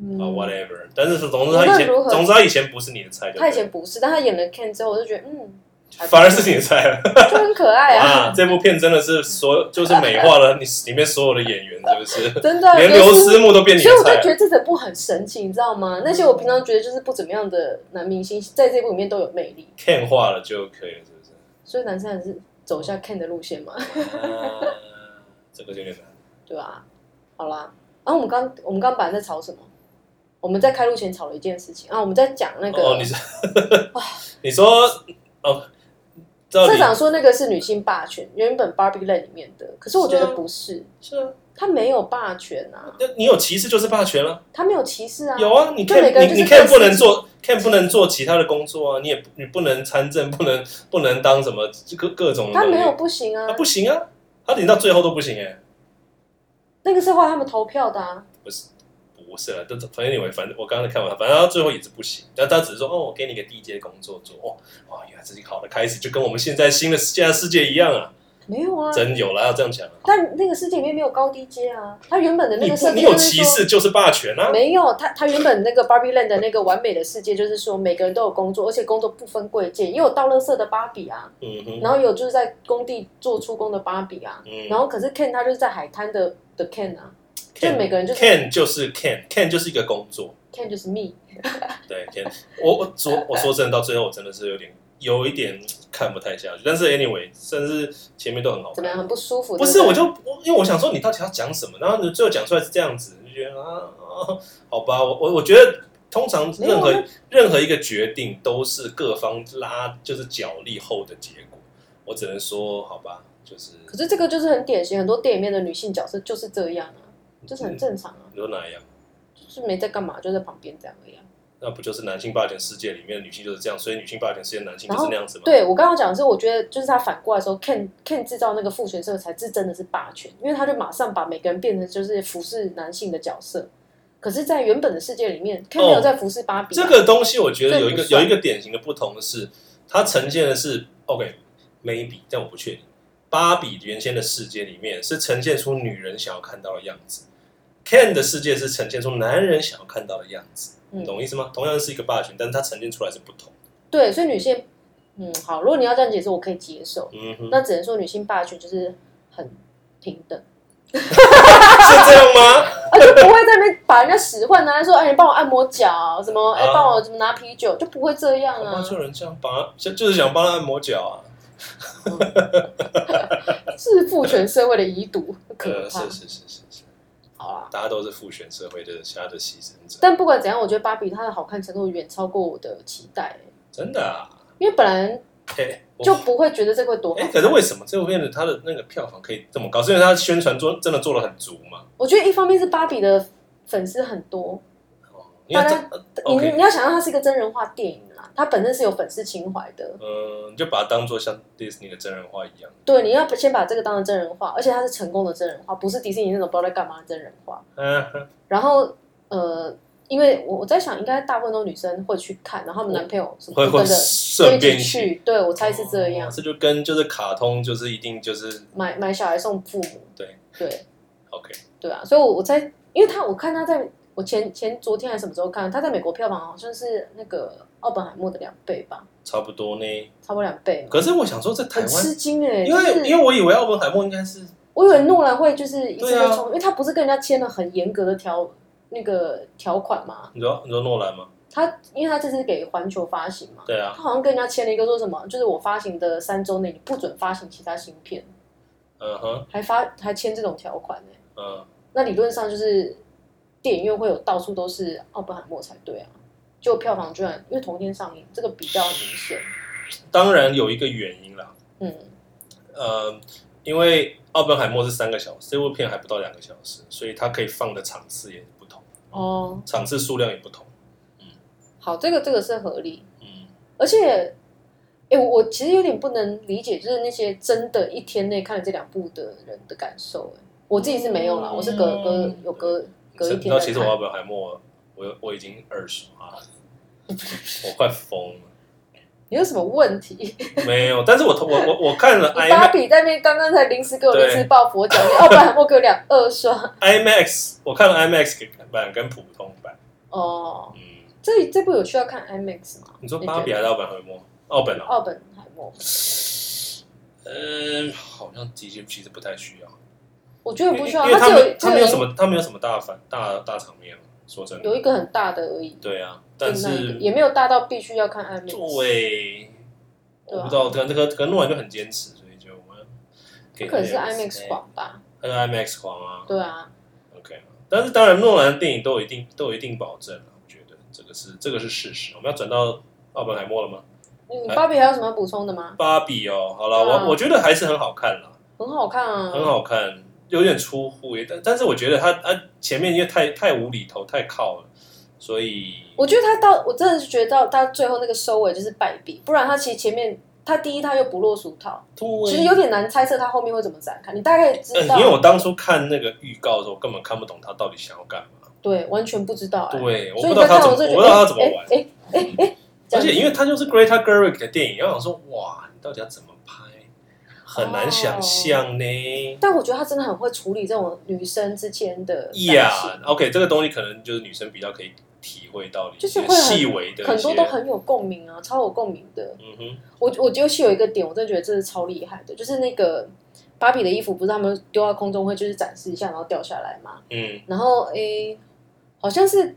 S2: 嗯，
S1: 啊，whatever。但是总之他以前，
S2: 无论如何
S1: 总之他以前不是你的菜就对了，
S2: 他以前不是，但他演了 Ken 之后，我就觉得嗯，还不
S1: 反而是你的菜了。
S2: 就很可爱
S1: 啊，
S2: 啊，
S1: 这部片真的是所有就是美化了你里面所有的演员，是不是？
S2: 真的。
S1: 连刘思慕都变你
S2: 所以
S1: 的
S2: 我就
S1: 菜
S2: 觉
S1: 了。
S2: 得这整部很神奇，你知道吗？那些我平常觉得就是不怎么样的男明星，在这部里面都有魅力，
S1: 看化了就可以了，是不是？
S2: 所以男生还是走一下 Ken 的路线嘛， [laughs]
S1: 啊这个就有点难。
S2: 对吧、好啦，然、后我们刚我们刚本来在吵什么？我们在开录前吵了一件事情啊，我们在讲那个、
S1: 哦，
S2: [laughs]
S1: 你说，你说，哦，到底
S2: 社长说那个是女性霸权，原本 Barbie Land 里面的，可是我觉
S1: 是
S2: 得
S1: 啊
S2: 不是，
S1: 是啊？
S2: 他没有霸权啊，
S1: 那你有歧视就是霸权了、
S2: 他没有歧视啊，
S1: 有啊，你
S2: 就
S1: can
S2: 每个人
S1: 你你
S2: 就是各
S1: can 不
S2: 司
S1: 能
S2: 其
S1: 做 can 不能做其他的工作啊，你也不你不能参政，不能不能当什么各各种的
S2: 他
S1: 东西，
S2: 没有不行啊
S1: 他，不行啊，他领到最后都不行哎、
S2: 那个是后来他们投票的啊，
S1: 不是不是啊了，但是反正 anyway，反正我刚刚看完，反正他最后也是不行，但他只是说哦，我给你个地阶工作做，哦哦，原来这是一个好的开始，就跟我们现在新的现在世界一样啊，
S2: 没有啊，
S1: 真有啦，要这样讲啊，
S2: 但那个世界里面没有高低阶啊，他原本的那
S1: 你
S2: 个
S1: 不
S2: 设
S1: 你
S2: 定
S1: 有
S2: 就是
S1: 歧
S2: 说。
S1: 视就是霸权啊，
S2: 没有，他他原本那个 Barbie Land 的那个完美的世界，就是说每个人都有工作，而且工作不分贵贱，也有倒垃圾的芭比啊，
S1: 嗯哼，
S2: 然后有就是在工地做出工的芭比啊，
S1: 嗯
S2: 然后可是 Ken 他就是在海滩的的 Ken 啊就
S1: Ken-
S2: 每个人就
S1: 嗯
S2: 是
S1: Ken 就是 Ken，Ken 就是一个工作，
S2: ，Ken 就是 me，
S1: 对 Ken，我我说我说真的，到最后我真的是有点有一点看不太下去，但是 anyway，甚至前面都很好
S2: 怎么
S1: 看
S2: 样，。很不舒服？
S1: 不是，
S2: 对对
S1: 我就我因为我想说你到底要讲什么，然后你最后讲出来是这样子，你就觉得啊，啊好吧，我我我觉得通常
S2: 没
S1: 任
S2: 有啊
S1: 何
S2: 那
S1: 任何一个决定都是各方拉就是角力后的结果，我只能说好吧，就是
S2: 可是这个就是很典型，很多电影里面的女性角色就是这样啊，
S1: 嗯
S2: 就是很正常啊，
S1: 你说哪样？
S2: 就是没在干嘛，就在旁边这样而已、啊。
S1: 那不就是男性霸权世界里面的女性就是这样，所以女性霸权世界男性就
S2: 然
S1: 是
S2: 后
S1: 那样子吗？
S2: 对我刚刚讲的是，我觉得就是他反过来的时候，Ken Ken 制造那个父权社会才是真的是霸权，因为他就马上把每个人变成就是服侍男性的角色。可是，在原本的世界里面，Ken
S1: 哦
S2: 没有在服侍芭比、啊
S1: 这，个东西我觉得有一个
S2: 这不算
S1: 有一个典型的不同的是，它呈现的是 OK maybe，但我不确定。芭比原先的世界里面是呈现出女人想要看到的样子，Ken 的世界是呈现出男人想要看到的样子，
S2: 嗯，
S1: 懂我意思吗？同样是一个霸权，但是它呈现出来是不同的。
S2: 对，所以女性，嗯，好，如果你要这样解释，我可以接受。
S1: 嗯
S2: [laughs]
S1: 哼，
S2: 那只能说女性霸权就是很平等，
S1: 是这样吗？
S2: 而且不会在那边把人家使唤啊，说哎，你帮我按摩脚，什么哎，
S1: 啊
S2: 帮我怎么拿啤酒，就不会这样
S1: 我
S2: 啊
S1: [laughs] 妈。就有人这样帮她，就就是想帮她按摩脚啊。
S2: 是父权社会的遗毒，可
S1: 呃，
S2: 怕
S1: 是。是是是是，
S2: 好啦，
S1: 大家都是父权社会的下的牺牲者，
S2: 但不管怎样，我觉得芭比她的好看程度远超过我的期待、
S1: 真的啊。
S2: 因为本来
S1: 嘿我
S2: 就不会觉得这会多好
S1: 哎、。可是为什么这部片子它的那个票房可以这么高？是因为它宣传做真的做的很足嘛？
S2: 我觉得一方面是芭比的粉丝很多，
S1: 哦，因为这
S2: 大家
S1: 呃
S2: 你
S1: OK，
S2: 你要想让它是一个真人化电影啦，它本身是有粉丝情怀的。
S1: 嗯，你就把它当做像 Disney 的真人化一样。
S2: 对，你要先把这个当成真人化，而且它是成功的真人化，不是迪士尼那种不知道在干嘛的真人化。
S1: 嗯，
S2: 然后呃，因为我我在想，应该大部分都女生会去看，然后她们男朋友什么
S1: 会
S2: 都跟
S1: 会
S2: 着
S1: 顺
S2: 就一
S1: 便
S2: 起去，对我猜是这样
S1: 哦，这就跟就是卡通就是一定就是
S2: 买买小孩送父母，
S1: 对
S2: 对
S1: OK，
S2: 对啊，所以我我猜，因为他我看他在我前前昨天还是什么时候看，他在美国票房好像是那个奥本海默的两倍吧，
S1: 差不多呢。
S2: 差不多两倍嘛，
S1: 可是我想说，在台
S2: 很
S1: 湾，
S2: 吃惊哎、欸，
S1: 因
S2: 就是
S1: 为因为我以为奥本海默应该是
S2: 我以为诺兰会就是一次
S1: 对
S2: 就
S1: 啊
S2: 冲，因为他不是跟人家签了很严格的条那个条款嘛，
S1: 你说你说诺兰吗？
S2: 他因为他这次给环球发行嘛，
S1: 对
S2: 他
S1: 啊，
S2: 好像跟人家签了一个说什么，就是我发行的三周内你不准发行其他新片，
S1: 嗯哼，
S2: 还发还签这种条款呢、
S1: 嗯，
S2: 那理论上就是电影院会有到处都是奥本海默才对啊，就票房居然因为同天上映，这个比较明显，
S1: 当然有一个原因啦，
S2: 嗯，
S1: 呃，因为奥本海默是三个小时，这部片还不到两个小时，所以它可以放的场次也不同，
S2: 哦，
S1: 场次数量也不同。
S2: 好，这个这个是合理，
S1: 嗯，
S2: 而且，哎、我我其实有点不能理解，就是那些真的一天内看了这两部的人的感受、哎，我自己是没有啦，
S1: 嗯
S2: 我是隔隔有隔隔一
S1: 你知
S2: 天
S1: 道，
S2: 来
S1: 其实我奥
S2: 看。
S1: 本海默，我我已经二刷了，我快疯了。
S2: 你有什么问题？
S1: 没有，但是我我我我 [laughs] 看了
S2: 你芭
S1: IMAX
S2: 比在那边刚刚才临时给我
S1: 对
S2: 临时抱佛脚，你奥本海默给我两二
S1: [laughs]
S2: 刷
S1: IMAX，我看了 IMAX 版跟普通版。
S2: 哦。
S1: 嗯，
S2: 这这部有需要看 IMAX 吗？
S1: 你说
S2: 你
S1: 芭比啊还是奥
S2: 觉得
S1: 本海默？奥本哦，
S2: 奥本海默，
S1: 嗯，好像其实其实不太需要，
S2: 我觉得不需要，
S1: 因为
S2: 它
S1: 他
S2: 只
S1: 们他
S2: 有只
S1: 没有什
S2: 有
S1: 么他没有什么大反大大场面，说真的。
S2: 有一个很大的而已，
S1: 对啊，
S2: 就
S1: 但
S2: 那一个
S1: 是
S2: 也没有大到必须要看 IMAX。
S1: 对，
S2: 对啊
S1: 我不知道，可能这个可能诺兰就很坚持，所以就我们给哎
S2: 可能是
S1: 他点
S2: IMAX
S1: 狂，
S2: 广吧？
S1: 他是 IMAX 狂啊
S2: 对啊，
S1: ，OK 啊。但是当然，诺兰的电影都有一定都有一定保证啊，我觉得这个是这个是事实。我们要转到奥本海默了吗？
S2: 你
S1: 哎
S2: 芭比还有什么要补充的吗？
S1: 芭比哦，好了，
S2: 对啊
S1: 我我觉得还是很好看啦，
S2: 很好看啊，
S1: 很。好看，有点出乎意，但但是我觉得他他前面因为太太无厘头太靠了，所以
S2: 我觉得他到，我真的是觉得到他最后那个收尾就是败笔，不然他其实前面他第一他又不落俗套，其实有点难猜测他后面会怎么展开。你大概知
S1: 呃
S2: 道，
S1: 因为我当初看那个预告的时候，我根本看不懂他到底想要干嘛。
S2: 对完全不知道、哎，
S1: 对，我不知
S2: 所以你
S1: 道
S2: 在
S1: 他
S2: 看
S1: 怎么，
S2: 我就觉
S1: 我不
S2: 得
S1: 知道他怎么玩。
S2: 哎哎哎哎，这
S1: 而
S2: 样子
S1: 且因为他就是 Greta Gerwig 的电影，要想说哇，你到底要怎么拍，很难想象呢。
S2: 但我觉得他真的很会处理这种女生之间的感情
S1: 呀、yeah,，OK，这个东西可能就是女生比较可以体会到的一
S2: 就是
S1: 些
S2: 会很
S1: 细微的一
S2: 很
S1: 些，
S2: 多都很有共鸣啊，超有共鸣的。
S1: 嗯哼，
S2: 我我尤其有一个点，我真的觉得这是超厉害的，就是那个芭比的衣服，不是他们丢到空中会就是展示一下，然后掉下来嘛。
S1: 嗯
S2: 然后诶，好像是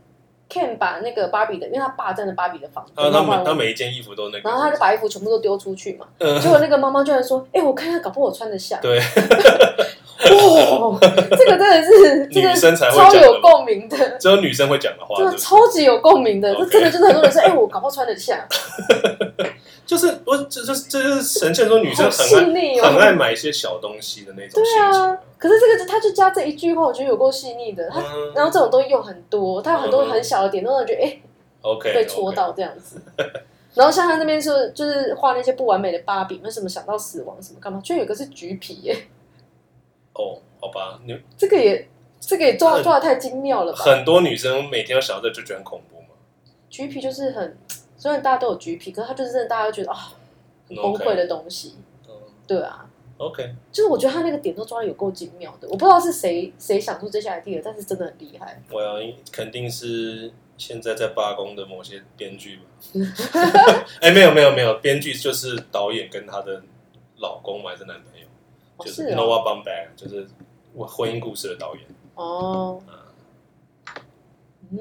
S2: Ken 把那个芭比的，因为他霸占了芭比的房子，
S1: 啊他他
S2: 妈
S1: 每
S2: 妈
S1: 他每一件衣服都那个，
S2: 然后他就把衣服全部都丢出去嘛。
S1: [laughs] 嗯
S2: 结果那个妈妈居然说：“哎、我看一下，搞不好我穿得下。”
S1: 对，
S2: 哇，这个真的
S1: [laughs]
S2: 是这
S1: 女
S2: 个
S1: 生才会
S2: 超
S1: 讲
S2: 有
S1: 的，
S2: 共鸣的。
S1: 只有女生会讲的话，对
S2: 真的
S1: 不对
S2: 超级有共鸣的，这
S1: OK
S2: 真的就是很多人说，哎、我搞不好穿得下，
S1: 就是我这这这就是呈现 [laughs] 说女生
S2: 好
S1: 很
S2: 细
S1: 爱、
S2: 腻
S1: 很
S2: 哦。
S1: 爱买一些小东西的那种
S2: 对
S1: 心情
S2: 啊。，可是这个他就加这一句话，我觉得有够细腻的。他
S1: 嗯
S2: 然后这种东西用很多，他有很多
S1: 嗯
S2: 很小的点都让人觉得哎
S1: ，OK，
S2: 被戳到这样子。然后像他那边是就是画那些不完美的芭比，为什么想到死亡什么干嘛，居然有个是橘皮耶，
S1: 哦，好吧，你
S2: 这个也这个也抓
S1: 很
S2: 抓的太精妙了吧？
S1: 很多女生每天要想到这就觉得很恐怖嘛，
S2: 橘皮就是很，虽然大家都有橘皮，可是它就是真的大家都觉得啊、
S1: 很
S2: 崩
S1: OK
S2: 溃的东西。
S1: 嗯
S2: 对啊，
S1: ，OK，
S2: 就是我觉得他那个点都抓的有够精妙的，我不知道是谁谁想出这些 idea，但是真的很厉害。
S1: 我要肯定是现在在罢工的某些编剧
S2: [laughs]
S1: 吧。哎、没有没有没有，编剧就是导演跟她的老公嘛还是男朋友，
S2: 哦
S1: 就是是
S2: 哦，
S1: Noah Baumbach，就是我婚姻故事的导演，
S2: 哦
S1: 嗯，
S2: 嗯，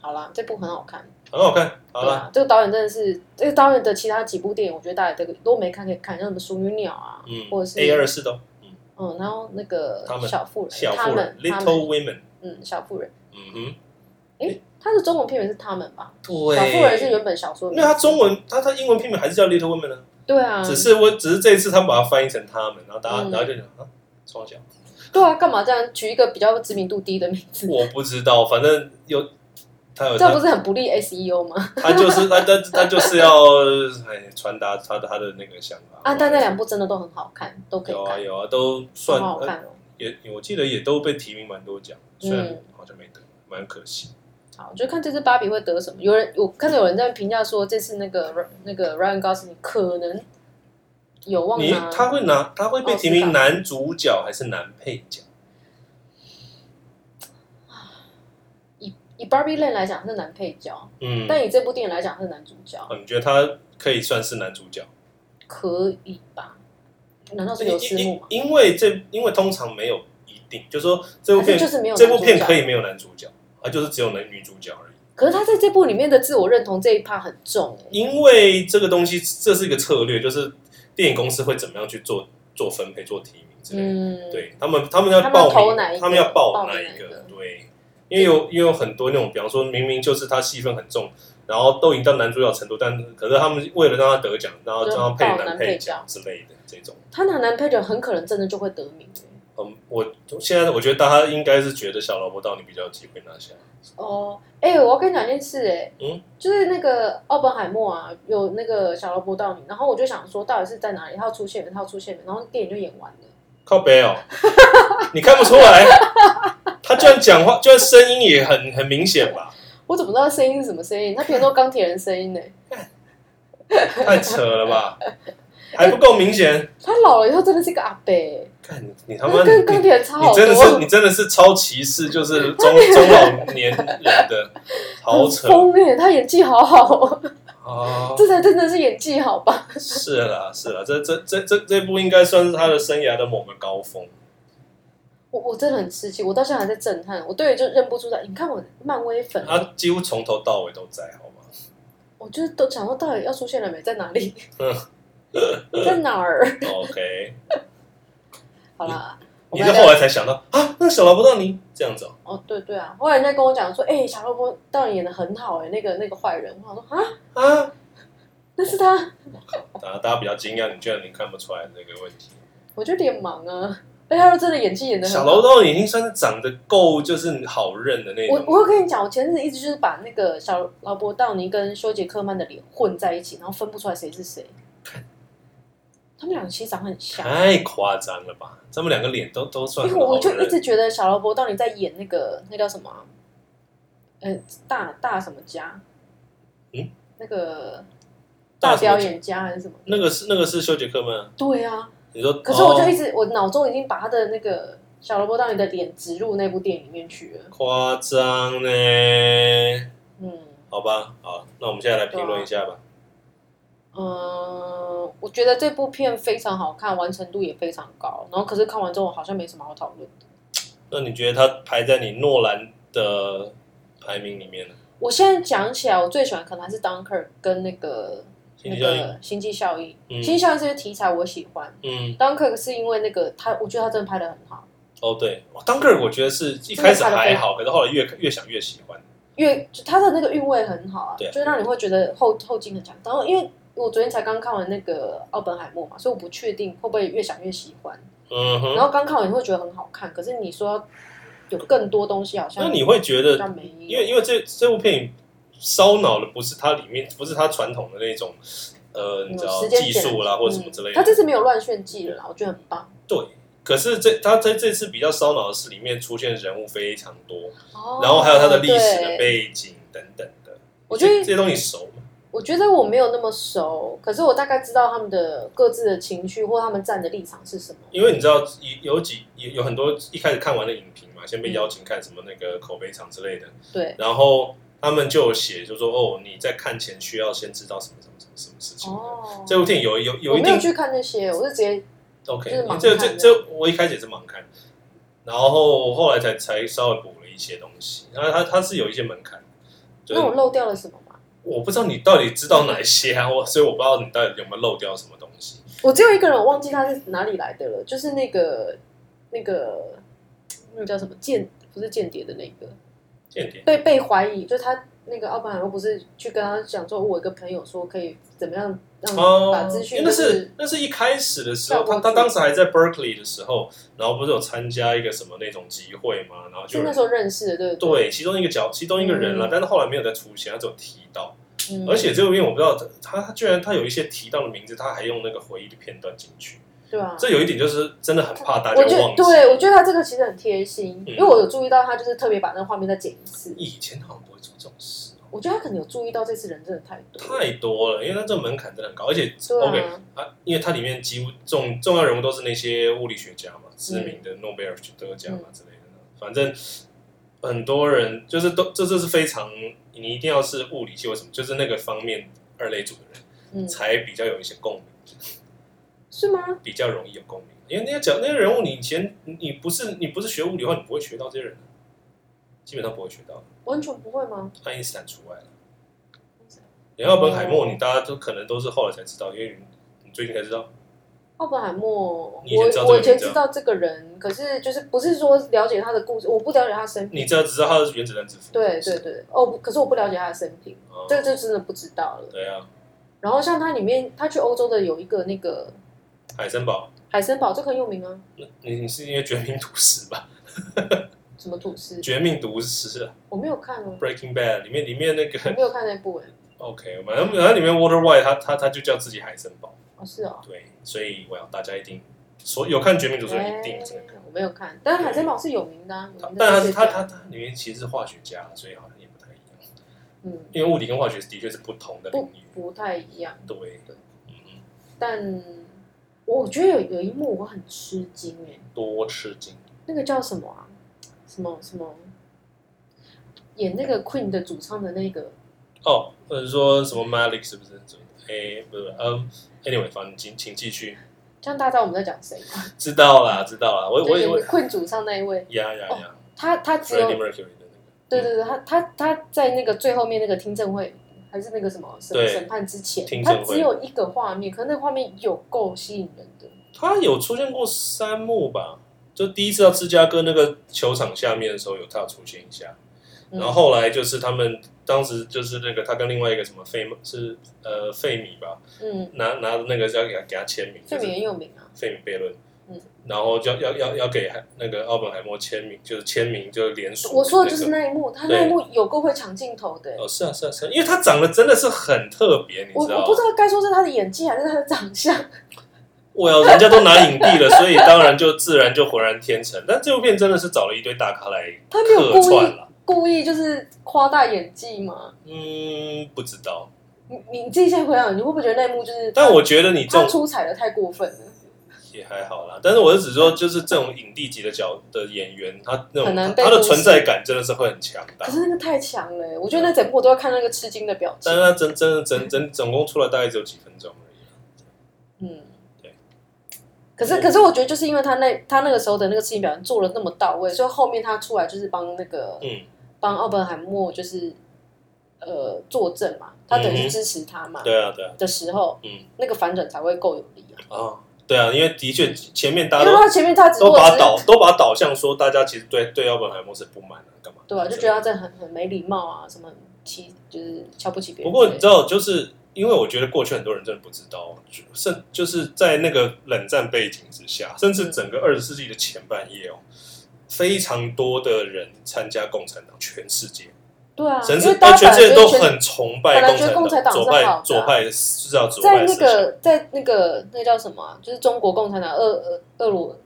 S2: 好啦，这部很好看。
S1: 很好看。好
S2: 对
S1: 了，
S2: 啊，这个导演真的是，这个导演的其他几部电影，我觉得大家这个如果没看可以看，像什么《淑女鸟》啊，
S1: 嗯
S2: 或者是
S1: ，A 二四的，嗯，
S2: 嗯，然后那个
S1: 他们
S2: 小妇人，
S1: 小
S2: 他
S1: 妇人
S2: 们他们
S1: ，Little Women，
S2: 嗯，小妇人，
S1: 嗯哼，
S2: 诶，他的中文片名是他们吧？
S1: 对
S2: 小妇人是原本小说的
S1: 因
S2: 名
S1: 为
S2: 字，
S1: 他中文，他他英文片名还是叫 Little Women 呢，
S2: 对啊，
S1: 只是我只是这一次他们把它翻译成他们，然后大家
S2: 嗯
S1: 然后就讲啊，双小，
S2: 对啊，干嘛这样取一个比较知名度低的名
S1: [laughs]
S2: 字？
S1: 我不知道，反正有他有
S2: 这
S1: 他
S2: 不是很不利 SEO 吗？
S1: 他就是他他他就是要 [laughs] 哎传达他的他的那个想法哦
S2: 啊，但那两部真的都很好看，都可以
S1: 有啊
S2: 看，
S1: 有啊，都
S2: 都
S1: 算
S2: 好好
S1: 呃
S2: 看哦。
S1: 也我记得也都被提名蛮多奖，虽然
S2: 嗯
S1: 好像没得，蛮可惜。
S2: 好，就看这次芭比会得什么。有人我看到有人在评价说，这次那个那个 Ryan Gosling 可能有望
S1: 你
S2: 拿，
S1: 他会拿他会被提
S2: 奥斯卡
S1: 名男主角还是男配角？
S2: 以以 Barbie Land 来讲是男配角，
S1: 嗯，
S2: 但以这部电影来讲是男主角，
S1: 哦你觉得他可以算是男主角？
S2: 可以吧？难道是
S1: 因
S2: 刘思慕
S1: 因
S2: 吗？
S1: 因为这因为通常没有一定，就是说这部
S2: 还是
S1: 片
S2: 就是没有
S1: 这部片
S2: 男主角
S1: 可以没有男主角，啊，就是只有男女主角而已。
S2: 可是他在这部里面的自我认同这一趴很重、欸，
S1: 因为这个东西这是一个策略，就是电影公司会怎么样去做做分配、做提名之类的。
S2: 嗯，，
S1: 对他们，他们要
S2: 他们
S1: 报
S2: 投
S1: 名，
S2: 哪一个
S1: 他们要
S2: 报
S1: 报
S2: 哪
S1: 哪
S2: 一
S1: 一
S2: 个
S1: 个？对，因为有因为有很多那种，比方说明明就是他戏份很重，然后都已经到男主角程度，但可是他们为了让他得奖，然后
S2: 就
S1: 让他配
S2: 报男
S1: 男
S2: 配
S1: 配
S2: 角
S1: 角之类的这种。
S2: 他拿男配角很可能真的就会得名、欸
S1: 嗯，我现在我觉得大家应该是觉得小萝卜到你比较有机会拿下。
S2: 哦，哎、我要跟你讲一件事、哎，
S1: 嗯，
S2: 就是那个奥本海默啊，有那个小萝卜道你，然后我就想说，到底是在哪里？他要出现没？他要出现没？然后电影就演完了。
S1: 靠北
S2: [laughs]
S1: 哦，你看不出来，他居然讲话，居然声音也很很明显吧？
S2: 我怎么知道声音是什么声音？他平常都钢铁人声音呢、
S1: 太扯了吧，还不够明显。
S2: 他老了以后真的是个阿伯、欸，
S1: 看你你他
S2: 他
S1: 妈你
S2: 跟钢
S1: 你
S2: 铁人差好
S1: 真的是
S2: 多，
S1: 你真的是超歧视，就是中中老年人的，好
S2: 很
S1: 扯
S2: 疯哎、他演技好好、哦，
S1: 啊！
S2: 这才真的是演技好吧？
S1: 是啦是啦，这这这这这部应该算是他的生涯的某个高峰。
S2: 我我真的很吃惊，我到现在还在震撼，我对于就认不出来。你看我漫威粉，
S1: 他几乎从头到尾都在，好吗？
S2: 我就是都想说到底要出现了没，在哪里
S1: 嗯，
S2: 在哪儿？
S1: OK，
S2: 好啦，我
S1: 你
S2: 们
S1: 是
S2: 来
S1: 后来才想到啊，那个小萝卜到你这样子哦，
S2: 哦，对对啊，后来人家跟我讲说，哎、小萝卜导演演的很好哎、那个那个坏人，我想说啊，
S1: 啊，
S2: 那是他，
S1: 我靠，大家大家比较惊讶，你居然你看不出来这个问题。
S2: 我就脸盲啊，哎，他说真的演技演的很
S1: 小
S2: 好
S1: 萝。卜到你已经算是长得够就是好认的那
S2: 我
S1: 种，
S2: 我跟你讲，我前阵子一直就是把那个小劳勃道尼跟修杰克曼的脸混在一起，然后分不出来谁是谁。他们两个其实长得很像，
S1: 太夸张了吧？他们两个脸都都算
S2: 因为
S1: 很好
S2: 我就一
S1: 认
S2: 直觉得小劳勃道尼在演那个那叫什么啊、呃，大大什么家？
S1: 嗯，
S2: 那个大
S1: 大什么
S2: 表
S1: 家
S2: 演家还是什么？
S1: 那个是那个是修杰克曼啊，
S2: 对啊，
S1: 你说？
S2: 可是我就一
S1: 哦
S2: 直、我脑中已经把他的那个小萝卜当你的脸植入那部电影里面去了。
S1: 夸张呢？
S2: 嗯
S1: 好吧，好，那我们现在来评论一下吧。
S2: 嗯，我觉得这部片非常好看，完成度也非常高。然后可是看完之后好像没什么好讨论的。
S1: 那你觉得它排在你诺兰的排名里面呢？
S2: 我现在讲起来，我最喜欢可能还是 Dunker 跟那个
S1: 星
S2: 那
S1: 际效应
S2: 个星际效应。
S1: 嗯
S2: 星际效应这个题材我喜欢
S1: 嗯，
S2: ，Dunker 是因为那个他，我觉得他真的拍的很好，
S1: 哦对，哇当个我觉得是一开始还好，可是后来越越想越喜欢。
S2: 越就他的那个韵味很好啊，
S1: 对啊
S2: 就让你会觉得后后劲很强。然后因为我昨天才刚看完那个奥本海默嘛，所以我不确定会不会越想越喜欢。
S1: 嗯
S2: 然
S1: 哼，
S2: 后刚看完你会觉得很好看，可是你说要有更多东西，好像
S1: 那你会觉
S2: 比
S1: 得
S2: 较没有，
S1: 因为因为这这部片烧脑的不是它里面不是它传统的那种呃，你知道
S2: 嗯时间
S1: 技
S2: 点
S1: 术啦或者什么之类
S2: 他
S1: 的。
S2: 这次没有乱炫技了啦，我觉得很棒。
S1: 对，可是这它在这次比较烧脑的是里面出现人物非常多，
S2: 哦
S1: 然后还有它的历史的
S2: 对
S1: 背景等等的。
S2: 我觉得
S1: 这这些东西熟吗？
S2: 我觉得我没有那么熟，可是我大概知道他们的各自的情绪或他们站的立场是什么。
S1: 因为你知道有有几有有很多一开始看完的影评嘛，先被
S2: 嗯
S1: 邀请看什么那个口碑场之类的，
S2: 对，
S1: 然后他们就有写就说哦，你在看前需要先知道什么什么什么什么事情的。
S2: 哦，
S1: 这部电影有有有
S2: 我
S1: 一
S2: 没有
S1: 定
S2: 去看那些，我是直接
S1: OK，
S2: 就是盲
S1: 这
S2: 看
S1: 这
S2: 的
S1: 这我一开始也是盲看，然后后来才才稍微补了一些东西，然后它它是有一些门槛，就是
S2: 那我漏掉了什么吗？
S1: 我不知道你到底知道哪一些啊，我所以我不知道你到底有没有漏掉什么东西。
S2: 我只有一个人，我忘记他是哪里来的了，就是那个那个那个叫什么间，不是间谍的那个，
S1: 间谍，
S2: 被被怀疑，就是他那个奥本海默不是去跟他讲说，我有一个朋友说可以怎么样让
S1: 哦，
S2: 把资讯、
S1: 因为那
S2: 就是
S1: 那是一开始的时候，
S2: 跳过
S1: 他
S2: 去
S1: 他当时还在 Berkeley 的时候，然后不是有参加一个什么那种集会嘛，然后就
S2: 就那时候认识的，对不
S1: 对其中一个角其中一个人了、
S2: 嗯
S1: 但是后来没有再出现，他只有提到，
S2: 对？嗯
S1: 而且这部片我不知道他他居然他有一些提到的名字，他还用那个回忆的片段进去，
S2: 对啊，
S1: 这有一点就是真的很怕大家
S2: 我觉
S1: 忘
S2: 得
S1: 记。
S2: 对，我觉得他这个其实很贴心，
S1: 嗯
S2: 因为我有注意到他就是特别把那个画面再剪一次。
S1: 以前好像不会做这种事哦，
S2: 我觉得他可能有注意到这次人真的太多了，
S1: 太多了，因为它这个门槛真的很高，而且
S2: 对啊
S1: OK，啊，因为它里面几乎重重要人物都是那些物理学家嘛，知名
S2: 嗯
S1: 的诺贝尔得奖嘛之类的，反正很多人就是都这这是非常你一定要是物理系或什么，就是那个方面二类组的人
S2: 嗯，
S1: 才比较有一些共鸣，
S2: 是吗？
S1: 比较容易有共鸣。因为那些讲那些人物，你以前你你不是你不是学物理的话，你不会学到这些人，基本上不会学到，
S2: 完全不会吗？
S1: 爱因斯坦除外了。连奥本海默，你大家都可能都是后来才知道，因为你你最近才知道。
S2: 奥本海默，
S1: 你以前知道
S2: 我我以
S1: 这个
S2: 前
S1: 人
S2: 知道这个人，可是就是不是说了解他的故事，我不了解他生平。
S1: 你只要知道他是原子弹之父，
S2: 对对对，哦，不可是我不了解他的生平，
S1: 哦
S2: 这个就真的不知道了。
S1: 对啊，
S2: 然后像他里面，他去欧洲的有一个那个
S1: 海森堡，
S2: 海参堡，这个很有名啊，
S1: 那你你是因为《绝命毒师》吧？ [laughs]
S2: 什么吐司，
S1: 《绝命毒师》啊
S2: 我没有看哦，
S1: 《Breaking Bad》里面里面那
S2: 我
S1: 个
S2: 没有看那部哎，
S1: OK，反正反正里面 Water White 他他他就叫自己海森堡，
S2: 哦是哦，
S1: 对，所以我要大家一定所有看《绝命毒师》
S2: 哎
S1: 一定这个看，
S2: 我没有看，但是海参堡是有名的啊，有名的
S1: 但他是
S2: 世界
S1: 他他他里面其实是化学家，所以好像也不太一样，
S2: 嗯
S1: 因为物理跟化学的确是不同的领
S2: 不
S1: 域，
S2: 不太一样，
S1: 对
S2: 对，
S1: 嗯，
S2: 但我觉得有有一幕我很吃惊哎，
S1: 多吃惊，
S2: 那个叫什么啊？什么什么？演那个 Queen 的主唱的那个，
S1: 哦，或者说什么 Malik 是不是？哎，不是，嗯，Anyway，反正请请继续。
S2: 像大家知道我们在讲谁吗？
S1: 知道啦，知道啦，我
S2: 就
S1: [laughs] 我
S2: 演
S1: 我
S2: Queen 主唱那一位，
S1: 呀呀呀
S2: 他哦他只有
S1: ，Freddie Mercury 的那
S2: 对
S1: 个，
S2: 对对，他他他在那个最后面那个听证会还是那个什么审
S1: 对
S2: 审判之前
S1: 听，证
S2: 他
S1: 会
S2: 只有一个画面，可是那个画面有够吸引人的。
S1: 他有出现过三幕吧？就第一次到芝加哥那个球场下面的时候，有他有出现一下，
S2: 嗯
S1: 然后后来就是他们当时就是那个他跟另外一个什么费是呃费米吧，
S2: 嗯，
S1: 拿拿着那个要给他给他签名，
S2: 费
S1: 就是
S2: 米很有名啊，
S1: 费米悖论
S2: 嗯。
S1: 然后要要要要给那个奥本海默签名，就是签名就是联署那个。
S2: 我说的就是那一幕，他那一幕有够会抢镜头的。欸
S1: 哦，是啊是啊是啊，因为他长得真的是很特别，你
S2: 我
S1: 知道
S2: 我
S1: 吗
S2: 不？知道该说是他的演技还是他的长相，
S1: 我要人家都拿影帝了，所以当然就自然就浑然天成。但这部片真的是找了一堆大咖来
S2: 他没有
S1: 客
S2: 故
S1: 串
S2: 意
S1: 了。
S2: 故意就是夸大演技嘛。
S1: 嗯，不知道。
S2: 你你自己现在回想，你会不会觉得那一幕就是？
S1: 但我觉得你这
S2: 他
S1: 种
S2: 出彩的太过分了，
S1: 也还好啦。但是我是只说，就是这种影帝级的角的演员，他那种
S2: 很难被
S1: 他的
S2: 忽视
S1: 存在感真的是会很强大
S2: 可。是那个太强了，欸我觉得那整部我都要看那个吃惊的表情
S1: 但。是他真真的整整总共出来大概只有几分钟而已啦。
S2: 嗯，
S1: 对。
S2: 可是，可是我觉得就是因为他那他那个时候的那个事情表现做的那么到位，所以后面他出来就是帮那个
S1: 嗯，
S2: 帮奥本海默就是呃作证嘛，他等
S1: 嗯
S2: 于
S1: 哼
S2: 是支持他嘛、
S1: 对啊，对啊，
S2: 的时候，
S1: 嗯
S2: 那个反转才会够有力啊。
S1: 啊，对啊，因为的确前面大
S2: 因
S1: 家
S2: 为
S1: 都
S2: 他前面他只不
S1: 都
S2: 过
S1: 把
S2: 只
S1: 导
S2: 是
S1: 都把导向说，大家其实对对奥本海默是不满的，干嘛？
S2: 啊对吧、就觉得他这很很没礼貌啊，什么很欺就是瞧不起别人。
S1: 不过你知道，就是因为我觉得过去很多人真的不知道，就甚就是在那个冷战背景之下，甚至
S2: 嗯
S1: 整个二十世纪的前半叶哦，非常多的人参加共产党，全世界，
S2: 对啊，
S1: 甚
S2: 因为
S1: 至
S2: 大家
S1: 全世界
S2: 本来
S1: 都
S2: 就觉得
S1: 很崇拜
S2: 本来觉得
S1: 共
S2: 共
S1: 产
S2: 产
S1: 党，
S2: 党
S1: 左
S2: 是好
S1: 派
S2: 的
S1: 左派知道左
S2: 在
S1: 派
S2: 那
S1: 思想，
S2: 个在那个那叫什么啊、就是中国共产党、俄俄俄罗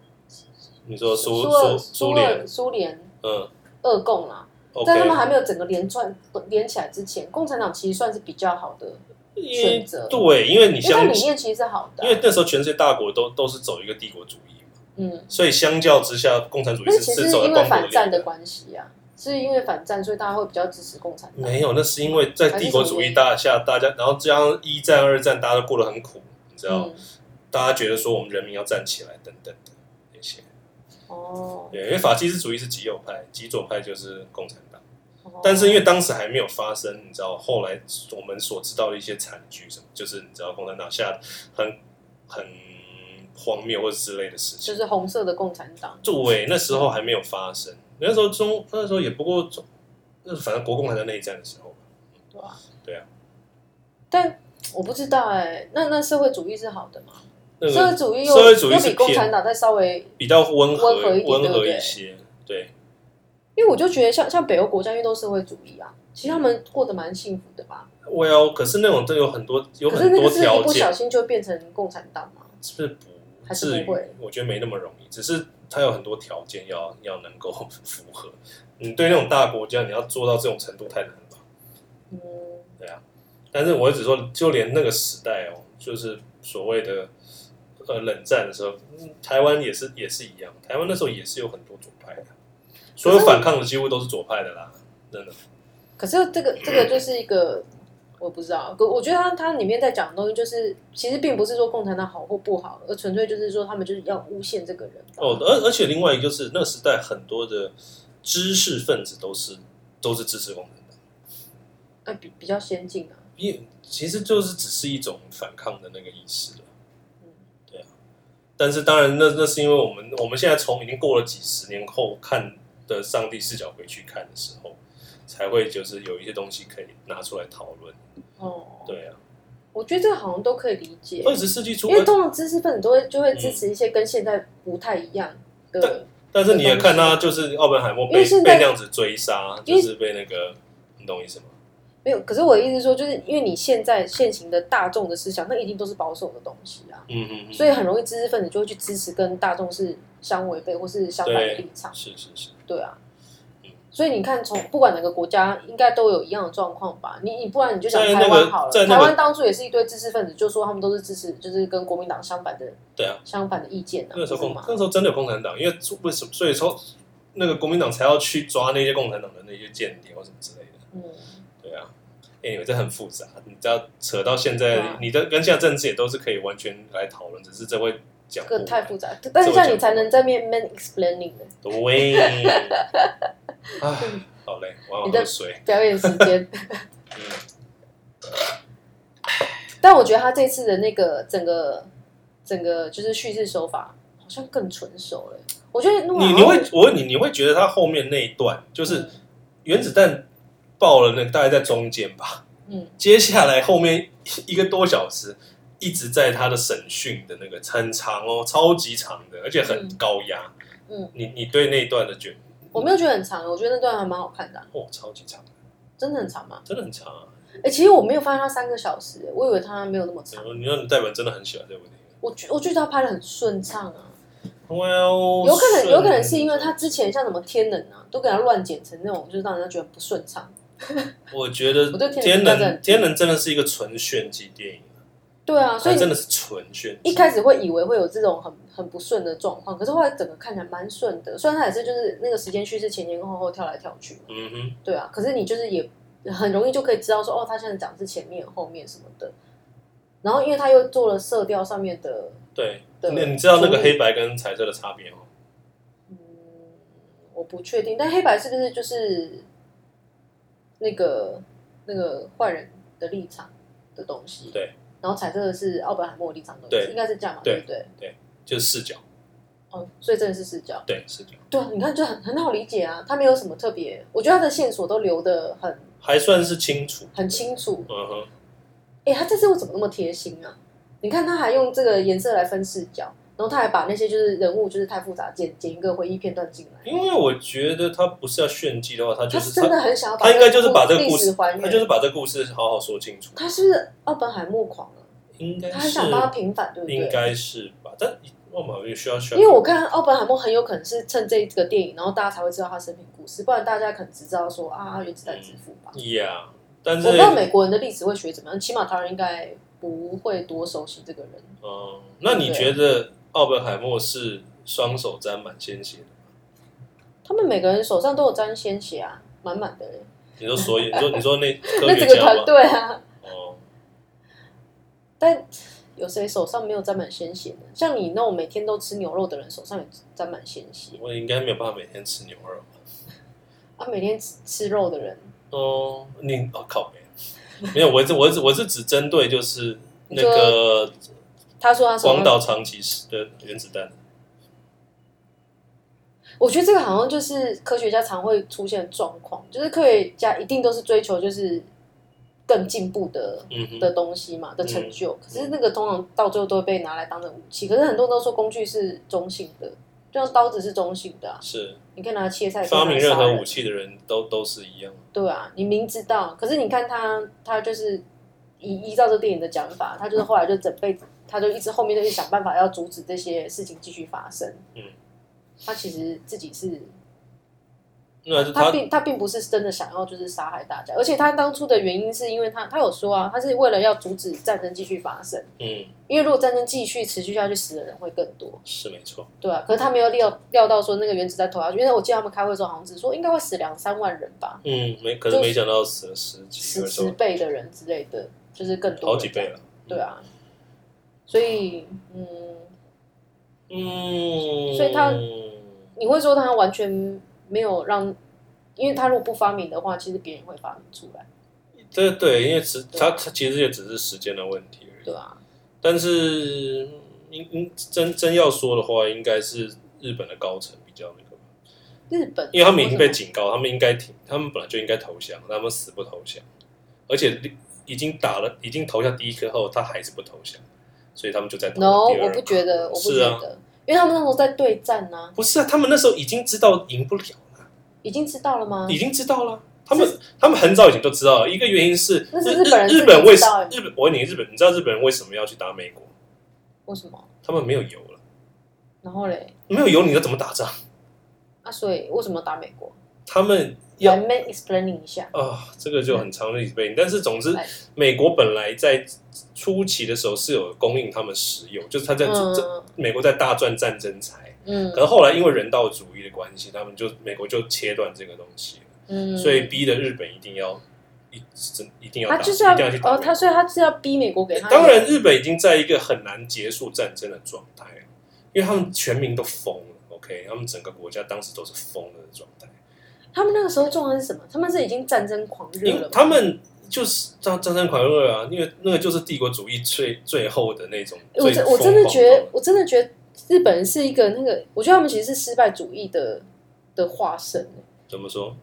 S1: 你说呃苏苏
S2: 俄苏
S1: 苏
S2: 俄
S1: 联，
S2: 苏联
S1: 嗯
S2: 俄共啦，在他们
S1: ，OK，
S2: 还没有整个连串连起来之前，共产党其实算是比较好的，
S1: 因为
S2: 选择
S1: 对，因为你
S2: 因为它
S1: 相
S2: 理念其实是好的
S1: 因
S2: 啊、
S1: 为那时候全世界大国都都是走一个帝国主义嘛，
S2: 嗯，
S1: 所以相较之下，共产主义
S2: 那
S1: 是
S2: 其
S1: 是
S2: 实是
S1: 走在
S2: 因为
S1: 光
S2: 反
S1: 国
S2: 战
S1: 链
S2: 的。关系啊，是因为反战，所以大家会比较支持共产党。嗯
S1: 没有，那是因为在帝国主义大下，大家然后这样一战、二战，大家都过得很苦，你知道，
S2: 嗯，
S1: 大家觉得说我们人民要站起来，等等的那些。
S2: 哦，
S1: 对，因为法西斯主义是极右派，极左派就是共产党。
S2: 哦
S1: 但是因为当时还没有发生，你知道，后来我们所知道的一些惨剧什么，就是你知道共产党下很很荒谬或者之类的事情
S2: 就。是红色的共产党，
S1: 对，那时候还没有发生，那时候中那时候也不过中，那反正国共还在内战的时候吧。
S2: 对吧？
S1: 对啊。
S2: 但我不知道哎、那那社会主义是好的吗？
S1: 那
S2: 社
S1: 个
S2: 会主义
S1: 社
S2: 又
S1: 会主义
S2: 又
S1: 是
S2: 比共
S1: 偏
S2: 产党再稍微，
S1: 比较温和
S2: 温和一点
S1: 温
S2: 对
S1: 和
S2: 不对
S1: 一些，对，
S2: 因为我就觉得像像北欧国家，因为都社会主义啊，其实他
S1: 嗯
S2: 们过得蛮幸福的吧。
S1: 我要可是那种都有很多有
S2: 可是
S1: 很
S2: 那
S1: 多
S2: 个是一
S1: 条
S2: 不小
S1: 件，
S2: 心就变成共产党嘛，
S1: 是不是不
S2: 还是
S1: 至于
S2: 不会？
S1: 我觉得没那么容易，只是它有很多条件要要能够符合。 [laughs] 你对那种大国家，你要做到这种程度太难了。
S2: 嗯，
S1: 对啊，但是我只说，就连那个时代哦，就是所谓的呃冷战的时候，嗯台湾也是也是一样，台湾那时候也是有很多左派的，所有反抗的几乎都是左派的啦，真的。
S2: 可是这个这个就是一个。我不知道，可我觉得他他里面在讲的东西，就是其实并不是说共产党好或不好，而纯粹就是说他们就是要诬陷这个人吧。
S1: 哦，而而且另外一个就是那个时代很多的知识分子都是都是支持共产党，
S2: 那哎比比较先进啊，
S1: 因其实就是只是一种反抗的那个意识了。
S2: 嗯，
S1: 但是当然那，那是因为我们我们现在从已经过了几十年后看的上帝视角回去看的时候，才会就是有一些东西可以拿出来讨论。
S2: 哦，
S1: 对啊，
S2: 我觉得这个好像都可以理解，
S1: 二十嗯世纪初
S2: 因，为通常知识分子都会就会支持一些跟现在不太一样的，
S1: 但是你也看他就是奥本海默
S2: 因
S1: 被
S2: 为现
S1: 被
S2: 在
S1: 那样子追杀，就
S2: 因为
S1: 是被那个，你懂我意思吗？
S2: 没有。可是我的意思是说，就是因为你现在现行的大众的思想，那一定都是保守的东西啊，
S1: 嗯嗯嗯，
S2: 所以很容易知识分子就会去支持跟大众是相违背或是相反的立场，
S1: 是是是，
S2: 对啊
S1: 嗯。
S2: 所以你看，从不管哪个国家，应该都有一样的状况吧？你你不然你就讲
S1: 在那个
S2: 台湾好了，
S1: 在那个
S2: 台湾当初也是一堆知识分子，就说他们都是支持，就是跟国民党相反的
S1: 对啊。
S2: 相反的意见啊，
S1: 那时候
S2: 不是
S1: 共
S2: 吗？
S1: 那时候真的有共产党，因为为什么？所以说那个国民党才要去抓那些共产党的那些间谍或什么之类的。
S2: 嗯。
S1: 对啊，anyway，这很复杂，你知道扯到现在，
S2: 对啊
S1: 你的跟现在政治也都是可以完全来讨论，只是这会讲不
S2: 个
S1: 完
S2: 太复杂，但是这样你才能在面 man explaining 的 [laughs]
S1: 对，唉，好嘞，我要
S2: 你的
S1: 喝水，
S2: 表演时间。
S1: 嗯，
S2: 但我觉得他这次的那个整个整个就是叙事手法好像更纯熟了。我觉得诺
S1: 你
S2: 兰
S1: 你会我问你，你会觉得他后面那一段就是原子弹爆了，那个大概在中间吧，
S2: 嗯
S1: 接下来后面一个多小时。一直在他的审讯的那个很长哦，超级长的，而且很
S2: 嗯
S1: 高压。
S2: 嗯，
S1: 你你对那一段的觉得，
S2: 我没有觉得很长，我觉得那段还蛮好看的啊、
S1: 哦，超级长，
S2: 真的很长吗？
S1: 真的很长啊。
S2: 哎、其实我没有发现他三个小时，我以为他没有那么长。
S1: 你说你代表真的很喜欢这部电影
S2: 我觉我觉得他拍的很顺畅啊，
S1: ？Well，
S2: 有可能
S1: 顺
S2: 有可能是因为他，之前像什么天能啊，都给他乱剪成那种，就是让人家觉得不顺畅。
S1: 我觉得
S2: 我对
S1: 天
S2: 天能真的
S1: 能
S2: 很
S1: 天能真的是一个纯炫技电影，
S2: 对啊，所以
S1: 它
S2: 你
S1: 哎真的是纯炫技。
S2: 一开始会以为会有这种很很不顺的状况，可是后来整个看起来蛮顺的。虽然它也是就是那个时间序是前前后后跳来跳去嘛，
S1: 嗯哼，
S2: 对啊，可是你就是也很容易就可以知道说，哦，他现在讲是前面后面什么的。然后因为他又做了色调上面的，
S1: 对，
S2: 对
S1: 那你知道那个
S2: 所以
S1: 黑白跟彩色的差别哦？
S2: 嗯，我不确定，但黑白是不是就是那个那个坏人的立场的东西？
S1: 对。
S2: 然后彩色的是奥本海默的立场的东
S1: 对
S2: 西，应该是这样嘛，
S1: 对
S2: 对不对？
S1: 就是视角，
S2: 哦，所以真的是视角。
S1: 对视角，
S2: 对啊，你看就很很好理解啊，他没有什么特别，我觉得他的线索都留的很
S1: 还算是清楚，
S2: 很清楚。
S1: 嗯哼，
S2: 哎、哎、他这次我怎么那么贴心啊？你看他还用这个颜色来分视角，然后他还把那些就是人物就是太复杂，剪剪一个回忆片段进来。
S1: 因为我觉得他不是要炫技的话，他
S2: 他
S1: 就是是
S2: 真的很想要把
S1: 他应该就是把这个
S2: 历
S1: 故
S2: 史
S1: 事
S2: 还原，
S1: 他就是把这故事好好说清楚，
S2: 他是不是奥本海默狂啊？
S1: 应该
S2: 他很
S1: 是
S2: 想帮他平反，对不
S1: 应
S2: 对？
S1: 该是吧？但我们也需要需要，
S2: 因为我看奥本海默很有可能是趁这个电影，然后大家才会知道他生平故事，不然大家可能只知道说啊，原子弹之父吧。
S1: Yeah，但嗯是
S2: 我不知道美国人的历史会学怎么样，起码台湾人应该不会多熟悉这个人。
S1: 嗯，那你
S2: 对
S1: 觉得奥本海默是双手沾满鲜血的？
S2: 他们每个人手上都有沾鲜血啊，满满的耶。
S1: 你说
S2: [laughs]
S1: 所以，你说你说那科
S2: 那
S1: 学
S2: 整个
S1: 家
S2: 团
S1: 吗？
S2: 队啊， [laughs]
S1: 哦，
S2: 但有谁手上没有沾满鲜血呢？像你那种每天都吃牛肉的人，手上也沾满鲜血
S1: 我应该没有办法每天吃牛肉吧。
S2: 啊。每天吃吃肉的人，
S1: 哦，你哦靠没，没有，我是我是我是只针对就是
S2: 你
S1: 那
S2: 说
S1: 个
S2: 他说他手
S1: 广
S2: 上
S1: 岛长崎的原子弹。
S2: 我觉得这个好像就是科学家常会出现的状况，就是科学家一定都是追求就是更进步的
S1: 嗯哼，
S2: 的东西嘛的成就，可是那个通常到最后都会被拿来当成武器。可是很多人都说工具是中性的，就像刀子是中性的啊、
S1: 是
S2: 你可以拿来切菜，
S1: 发明
S2: 可以
S1: 任
S2: 拿来杀
S1: 何
S2: 人
S1: 武，器的人都都是一样。
S2: 对啊，你明知道，可是你看他，他就是依依照这电影的讲法，他就是后来就准备，他就一直后面就一直想办法要阻止这些事情继续发生。
S1: 嗯，
S2: 他其实自己是
S1: 那是
S2: 他
S1: 他
S2: 并他并不是真的想要就是杀害大家，而且他当初的原因是因为他他有说啊，他是为了要阻止战争继续发生，
S1: 嗯
S2: 因为如果战争继续持续下去，死的人会更多，
S1: 是没错，
S2: 对啊。可是他没有料料到说那个原子弹投下去，因为我记得他们开会的时候好像只说应该会死两三万人吧，
S1: 嗯没可是
S2: 就
S1: 没想到死了十几
S2: 十
S1: 个
S2: 十
S1: 人，
S2: 倍的人之类的，就是更多
S1: 好
S2: 人
S1: 几倍了。
S2: 对啊。所以，嗯，
S1: 嗯，
S2: 所以他你会说他完全没有让，因为他如果不发明的话，其实别人会发明出来，
S1: 对对，因为只
S2: 对
S1: 他
S2: 啊
S1: 他其实也只是时间的问题而已。
S2: 对啊。
S1: 但是，嗯应应真真要说的话，应该是日本的高层比较那个吧，
S2: 日本，
S1: 因为他们已经被
S2: 为什么
S1: 警告，他们应该停，他们本来就应该投降，他们死不投降，而且已经打了，已经投下第一颗后，他还是不投降，所以他们就在投
S2: No，
S1: 第二啊
S2: 我不觉得，我不觉得，因为他们那时候在对战呢、
S1: 不是啊，他们那时候已经知道赢不了了，
S2: 已经知道了吗？
S1: 已经知道了。他们他们很早以前就知道了，一个原因是
S2: 那是
S1: 日
S2: 日本人
S1: 日
S2: 自己
S1: 本为
S2: 知
S1: 什
S2: 道的
S1: 日本我问你日本，你知道日本人为什么要去打美国？
S2: 为什么？
S1: 他们没有油了，
S2: 然后嘞，
S1: 没有油你要怎么打仗？
S2: 啊，所以为什么打美国？
S1: 他们要
S2: 来，man explaining 一下。
S1: 啊、这个就很长的一背景。但是总之
S2: 哎，
S1: 美国本来在初期的时候是有供应他们石油，就是他在、这
S2: 嗯
S1: 美国在大赚战争财。
S2: 嗯
S1: 可是后来因为人道主义的关系，他们就美国就切断这个东西了，
S2: 嗯，
S1: 所以逼的日本一定要一真一定要打，
S2: 他就是要
S1: 一定要去打
S2: 哦，
S1: 美
S2: 他
S1: 国。
S2: 所以他是要逼美国给他。
S1: 当然，，日本已经在一个很难结束战争的状态了，因为他们全民都疯了。OK，他们整个国家当时都是疯了的状态。
S2: 他们那个时候状态是什么？他们是已经战争狂热
S1: 因
S2: 了
S1: 为
S2: 吗。
S1: 他们就是战战争狂热啊，因为那个就是帝国主义最最后的那种。
S2: 我
S1: 最
S2: 真我真
S1: 疯
S2: 的
S1: 狂
S2: 觉得，我真的觉得日本人是一个那个，我觉得他们其实是失败主义的的化身，欸
S1: 怎么说？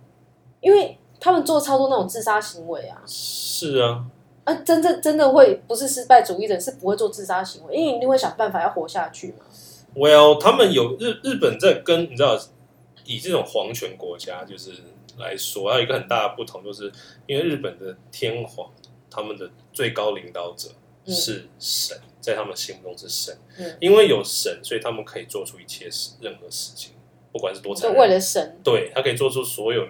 S2: 因为他们做超多那种自杀行为啊。
S1: 是啊，
S2: 啊，真正真的会不是失败主义的人是不会做自杀行为，因为你一定会想办法要活下去嘛。
S1: ，Well，他们有日日本在跟你知道，以这种皇权国家就是来说，还有一个很大的不同，就是因为日本的天皇，他们的最高领导者
S2: 嗯
S1: 是神，在他们心中是神，
S2: 嗯，
S1: 因为有神，所以他们可以做出一切事任何事情，不管是多
S2: 就
S1: 残忍
S2: 为了神，
S1: 对他可以做出所有的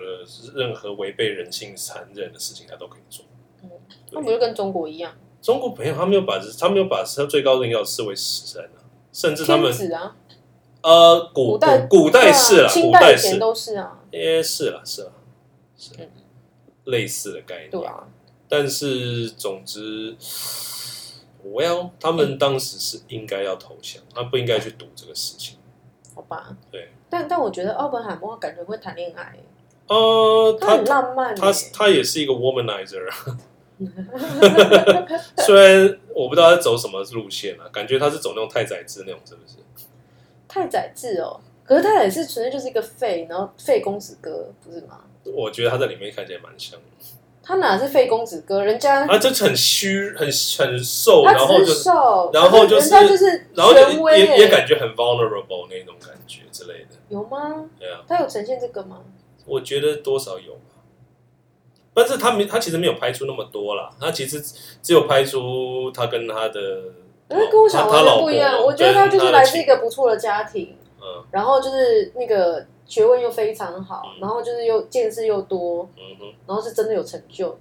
S1: 任何违背人性残忍的事情，他都可以做。
S2: 嗯那不
S1: 对，
S2: 就跟中国一样，
S1: 中国没有，他没有把他没有把他最高领导视为神啊，甚至他
S2: 天
S1: 们
S2: 子啊，
S1: 呃古
S2: 古代
S1: 古古代是
S2: 啊
S1: 啦，
S2: 清
S1: 古
S2: 代
S1: 代
S2: 以前
S1: 是，
S2: 都是啊，
S1: 诶是啦是啦是啦
S2: 嗯
S1: 类似的概念。
S2: 对啊，
S1: 但是总之，well，他
S2: 嗯
S1: 们当时是应该要投降，他不应该去赌这个事情。
S2: 好吧。
S1: 对，
S2: 但但我觉得奥本海默感觉会谈恋爱，
S1: 呃，
S2: 他
S1: 他
S2: 很浪漫欸，
S1: 他他也是一个
S2: [laughs]
S1: womanizer，虽然我不知道他走什么路线啊，感觉他是走那种太宰治那种，是不是？
S2: 太宰治哦。可是太宰治纯粹就是一个废，然后废公子哥，不是吗？
S1: 我觉得他在里面看起来蛮像的，
S2: 他哪是废公子哥，人家
S1: 啊，就是很虚、很很瘦，
S2: 他
S1: 然后
S2: 只
S1: 就是是，
S2: 瘦，
S1: 然后就
S2: 可
S1: 是
S2: 是人家就是
S1: 然后
S2: 权
S1: 就
S2: 威
S1: 也也
S2: 耶，
S1: 感觉很 vulnerable 那种感觉之类的。
S2: 有吗？
S1: 对啊，
S2: 他有呈现这个吗？
S1: 我觉得多少有吧，但是他没，他其实没有拍出那么多啦，他其实只有拍出他跟他的，
S2: 可是跟我想
S1: 哦他他
S2: 完
S1: 老
S2: 全
S1: 婆
S2: 不一样，
S1: 跟
S2: 我觉得他就是
S1: 的
S2: 来自
S1: 情
S2: 一个不错的家庭，
S1: 嗯
S2: 然后就是那个学问又非常好，
S1: 嗯
S2: 然后就是又见识又多，
S1: 嗯哼。
S2: 然后是真的有成就。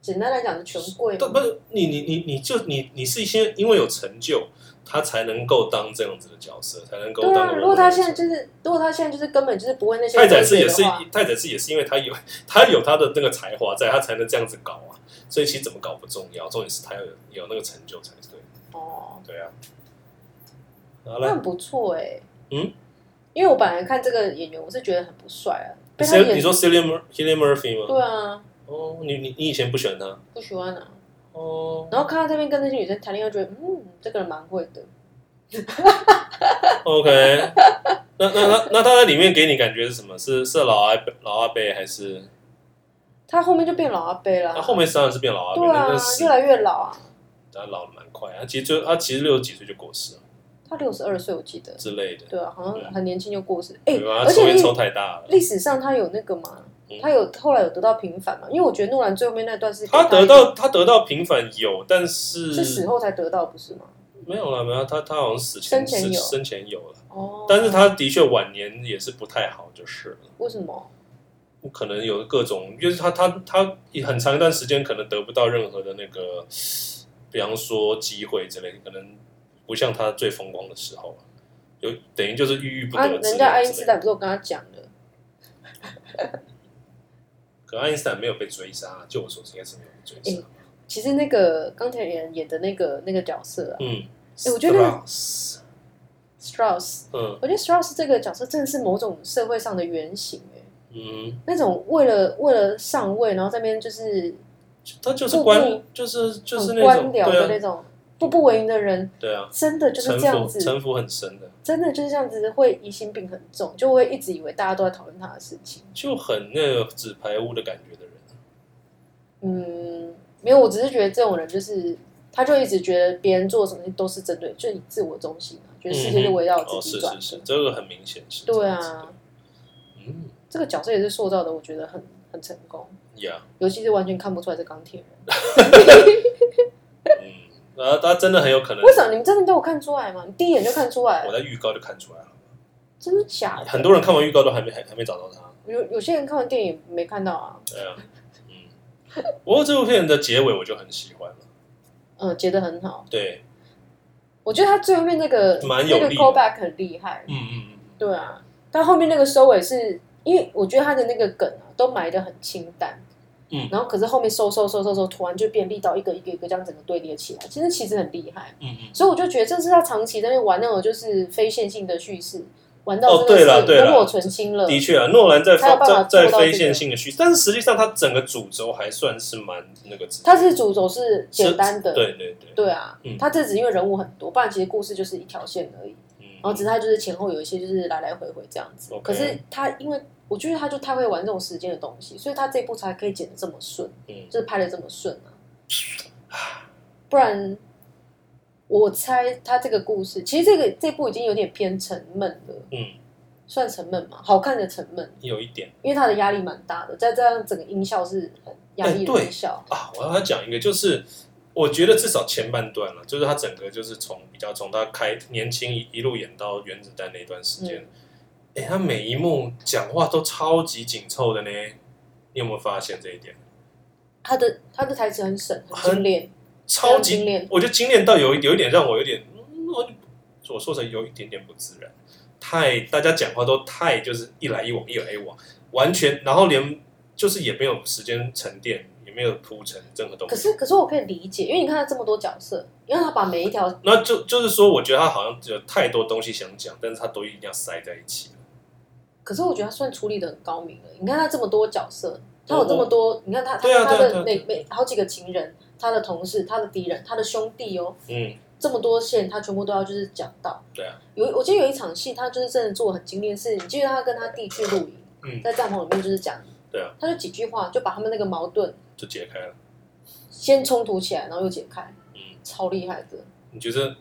S2: 简单来讲，是权贵
S1: 但
S2: 嘛
S1: 不是你你你你就你你是先因为有成就，他才能够当这样子的角色，才能够
S2: 对
S1: 当
S2: 啊，
S1: 人物的角色。
S2: 如果他现在就是，如果他现在就是根本就是不会那些
S1: 太宰
S2: 规
S1: 治
S2: 矩
S1: 也
S2: 的
S1: 是
S2: 话，
S1: 太宰治也是因为他有他有他的那个才华在，他才能这样子搞啊。所以其实怎么搞不重要，重点是他有有那个成就才对。
S2: 哦，
S1: 对啊，好
S2: 那
S1: 了，
S2: 很不错哎。
S1: 嗯，
S2: 因为我本来看这个演员，我是觉得很不帅啊，被他
S1: 谁
S2: 演
S1: 你说 Cillian Mur- Cillian Murphy 吗？
S2: 对啊，
S1: 哦，你你你以前不喜欢他
S2: 不喜欢啊。
S1: 哦
S2: 然后看到这边跟那些女生谈恋爱，觉得嗯，这个人蛮会的。
S1: ？OK，那那那那他在里面给你感觉是什么？是是老阿伯老阿伯还是？
S2: 他后面就变老阿伯啦，
S1: 他啊后面当然是变老阿伯，
S2: 对啊
S1: 那是，
S2: 越来越老啊。
S1: 他老的蛮快。他其实就他其实六十几岁就过世了
S2: 他六十二岁，我记得。
S1: 之类的，
S2: 对啊，好
S1: 对
S2: 像很年轻就过世。哎、
S1: 对啊吧？他
S2: 而
S1: 抽
S2: 且
S1: 烟
S2: 历
S1: 抽太大了。
S2: 历史上他有那个嘛
S1: 嗯，
S2: 他有后来有得到平反嘛？因为我觉得诺兰最后面那段是
S1: 他
S2: 给
S1: 得
S2: 一个
S1: 到他得到平反有，但是
S2: 是死后才得到，不是吗？
S1: 没有了，没有他他好像死前
S2: 生前
S1: 死
S2: 有
S1: 生前有了，
S2: 哦，
S1: 但是他的确晚年也是不太好，就是了，
S2: 为什么？
S1: 可能有各种，就是他他他很长一段时间可能得不到任何的那个，比方说机会之类的，可能不像他最风光的时候，有等于就是郁郁不
S2: 啊，
S1: 得志。
S2: 人家爱因斯，坦不是我跟他讲的，
S1: 可爱因斯坦没有被追杀，就我所知应该是没有被追杀。
S2: 其实那个钢铁人演的那个那个角色啊
S1: 嗯，
S2: 哎我觉得那个
S1: Strauss，
S2: ，Strauss，
S1: 嗯
S2: 我觉得 Strauss 这个角色真的是某种社会上的原型哎、
S1: 嗯，
S2: 那种为了为了上位，然后在那边就是
S1: 他就是
S2: 不
S1: 官
S2: 不，
S1: 就是就是
S2: 很
S1: 那
S2: 官
S1: 种
S2: 僚的那
S1: 对啊
S2: 种步步为营的人，
S1: 对啊，
S2: 真的就是
S1: 城
S2: 这样
S1: 府
S2: 子，
S1: 城府很深的。
S2: 真的就是这样子，会疑心病很重，就会一直以为大家都在讨论他的事情。
S1: 就很那个纸牌屋的感觉的人。
S2: 嗯，没有，我只是觉得这种人就是，他就一直觉得别人做什么都是针对，就以自我中心啊，觉得世界就围绕
S1: 哦，
S2: 自己
S1: 是
S2: 转。
S1: 是是，这个很明显是。
S2: 对，啊，
S1: 嗯，
S2: 这个角色也是塑造的，我觉得很很成功，
S1: 呀、
S2: 尤其是完全看不出来是钢铁人。
S1: 嗯，然后他真的很有可能
S2: 为，什么你们真的都有看出来吗？你第一眼就看出来
S1: 我，在预告就看出来了，
S2: 真的假的？
S1: 很多人看完预告都还没还还没找到他。
S2: 有有些人看完电影没看到啊，
S1: 对啊，嗯，不过这部片的结尾我就很喜欢了，
S2: 嗯，结得很好。
S1: 对，
S2: 我觉得他最后面那个
S1: 蛮有
S2: 那个
S1: 力的
S2: callback 很厉害，
S1: 嗯嗯嗯嗯，
S2: 对啊，但后面那个收尾是因为我觉得他的那个梗啊都埋得很清淡，
S1: 嗯
S2: 然后可是后面收收收收收，突然就变力道一个一个一个这样整个堆叠起来，其实其实很厉害，
S1: 嗯嗯。
S2: 所以我就觉得这是他长期在那玩那种就是非线性的叙事，玩到
S1: 哦
S2: 真的
S1: 对了
S2: 是
S1: 对了
S2: 炉火纯青了，
S1: 的确啊，诺兰在
S2: 嗯他有办法
S1: 在在
S2: 做到
S1: 非
S2: 这
S1: 线
S2: 个
S1: 性的叙事，但是实际上他整个主轴还算是蛮那个直接的，
S2: 他是主轴是简单的，
S1: 对对对，
S2: 对啊
S1: 嗯，
S2: 他这只是因为人物很多，不然其实故事就是一条线而已。
S1: 嗯，
S2: 然后只是他就是前后有一些就是来来回回这样子。
S1: OK
S2: 可是他因为我觉得他就太会玩这种时间的东西，所以他这部才可以剪得这么顺，
S1: 嗯
S2: 就是拍的这么顺啊。不然，我猜他这个故事其实这个这部已经有点偏沉闷了，
S1: 嗯，
S2: 算沉闷嘛，好看的沉闷，
S1: 有一点。
S2: 因为他的压力蛮大的，再加上整个音效是很压力的
S1: 哎对
S2: 音效。
S1: 啊，我要讲一个，就是我觉得至少前半段了，啊就是他整个就是从比较从他开年轻一一路演到原子弹那一段时
S2: 嗯
S1: 间，哎、他每一幕讲话都超级紧凑的呢，你有没有发现这一点？
S2: 他的他的台词很省，很
S1: 很
S2: 精炼，
S1: 超
S2: 非常精
S1: 级
S2: 炼，
S1: 我觉得精炼到有一有一点让我有点，嗯，我我说成有一点点不自然，太大家讲话都太就是一来一往，一来一往，完全，然后连就是也没有时间沉淀，也没有铺陈任何东西。
S2: 可是可是我可以理解，因为你看他这么多角色，因为他把每一条
S1: 那就就是说，我觉得他好像有太多东西想讲，但是他都一定要塞在一起。
S2: 可是我觉得他算处理的很高明了。你看他这么多角色，他有这么多，你看他他
S1: 对啊
S2: 他
S1: 对啊
S2: 的
S1: 对
S2: 每每好几个情人，他的同事，他的敌人，他的兄弟哦，
S1: 嗯，
S2: 这么多线他全部都要就是讲到。
S1: 对啊，
S2: 有我记得有一场戏，他就是真的做得很精炼，是你记得他跟他弟去露营，
S1: 嗯
S2: 在帐篷里面就是讲，
S1: 对啊，
S2: 他就几句话就把他们那个矛盾
S1: 就解开了。
S2: 先冲突起来，然后又解开，
S1: 嗯，
S2: 超厉害的。
S1: 你觉得？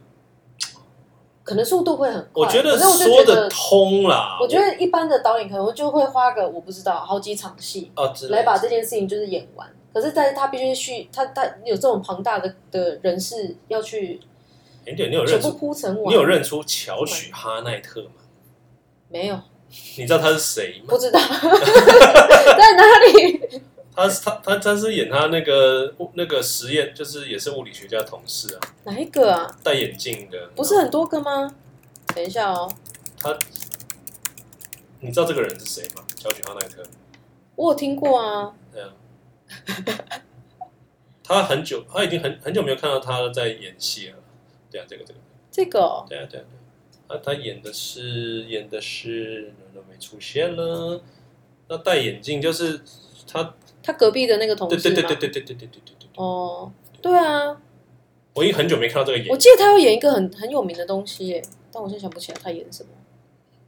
S2: 可能速度会很快，
S1: 我觉得
S2: 可是我就
S1: 说
S2: 觉
S1: 得
S2: 得，
S1: 通啦。
S2: 我觉得一般的导演可能就会花个我不知道好几场戏
S1: 我啊，之类
S2: 来
S1: 的
S2: 把这件事情就是演完。可是，在他必须去他他有这种庞大的的人事要去
S1: 哎对，你有
S2: 全
S1: 认
S2: 部
S1: 出
S2: 铺陈完，
S1: 你有认出乔许哈奈特吗？
S2: 没有？
S1: 你知道他是谁吗
S2: 不？知道 [laughs] 在哪里？
S1: 他是他他他是演他那个物那个实验，就是也是物理学家同事啊，
S2: 哪一个啊？
S1: 戴眼镜的。
S2: 不是很多个吗？等一下哦，
S1: 他，你知道这个人是谁吗？乔许哈奈特。
S2: 我有听过啊。
S1: 对啊， [laughs] 他很久，他已经很很久没有看到他在演戏了。对啊，这个这个，
S2: 这个、哦、
S1: 对啊对啊对啊，啊他演的是演的是人都没出现了。那戴眼镜就是他，
S2: 他隔壁的那个同
S1: 对
S2: 事啊
S1: 对
S2: 吗？
S1: 对对对对对对对对对。
S2: 哦，对啊，
S1: 我已经很久没看到这个
S2: 我
S1: 演，
S2: 记得他要演一个很很有名的东西耶，但我现在想不起来他演什么，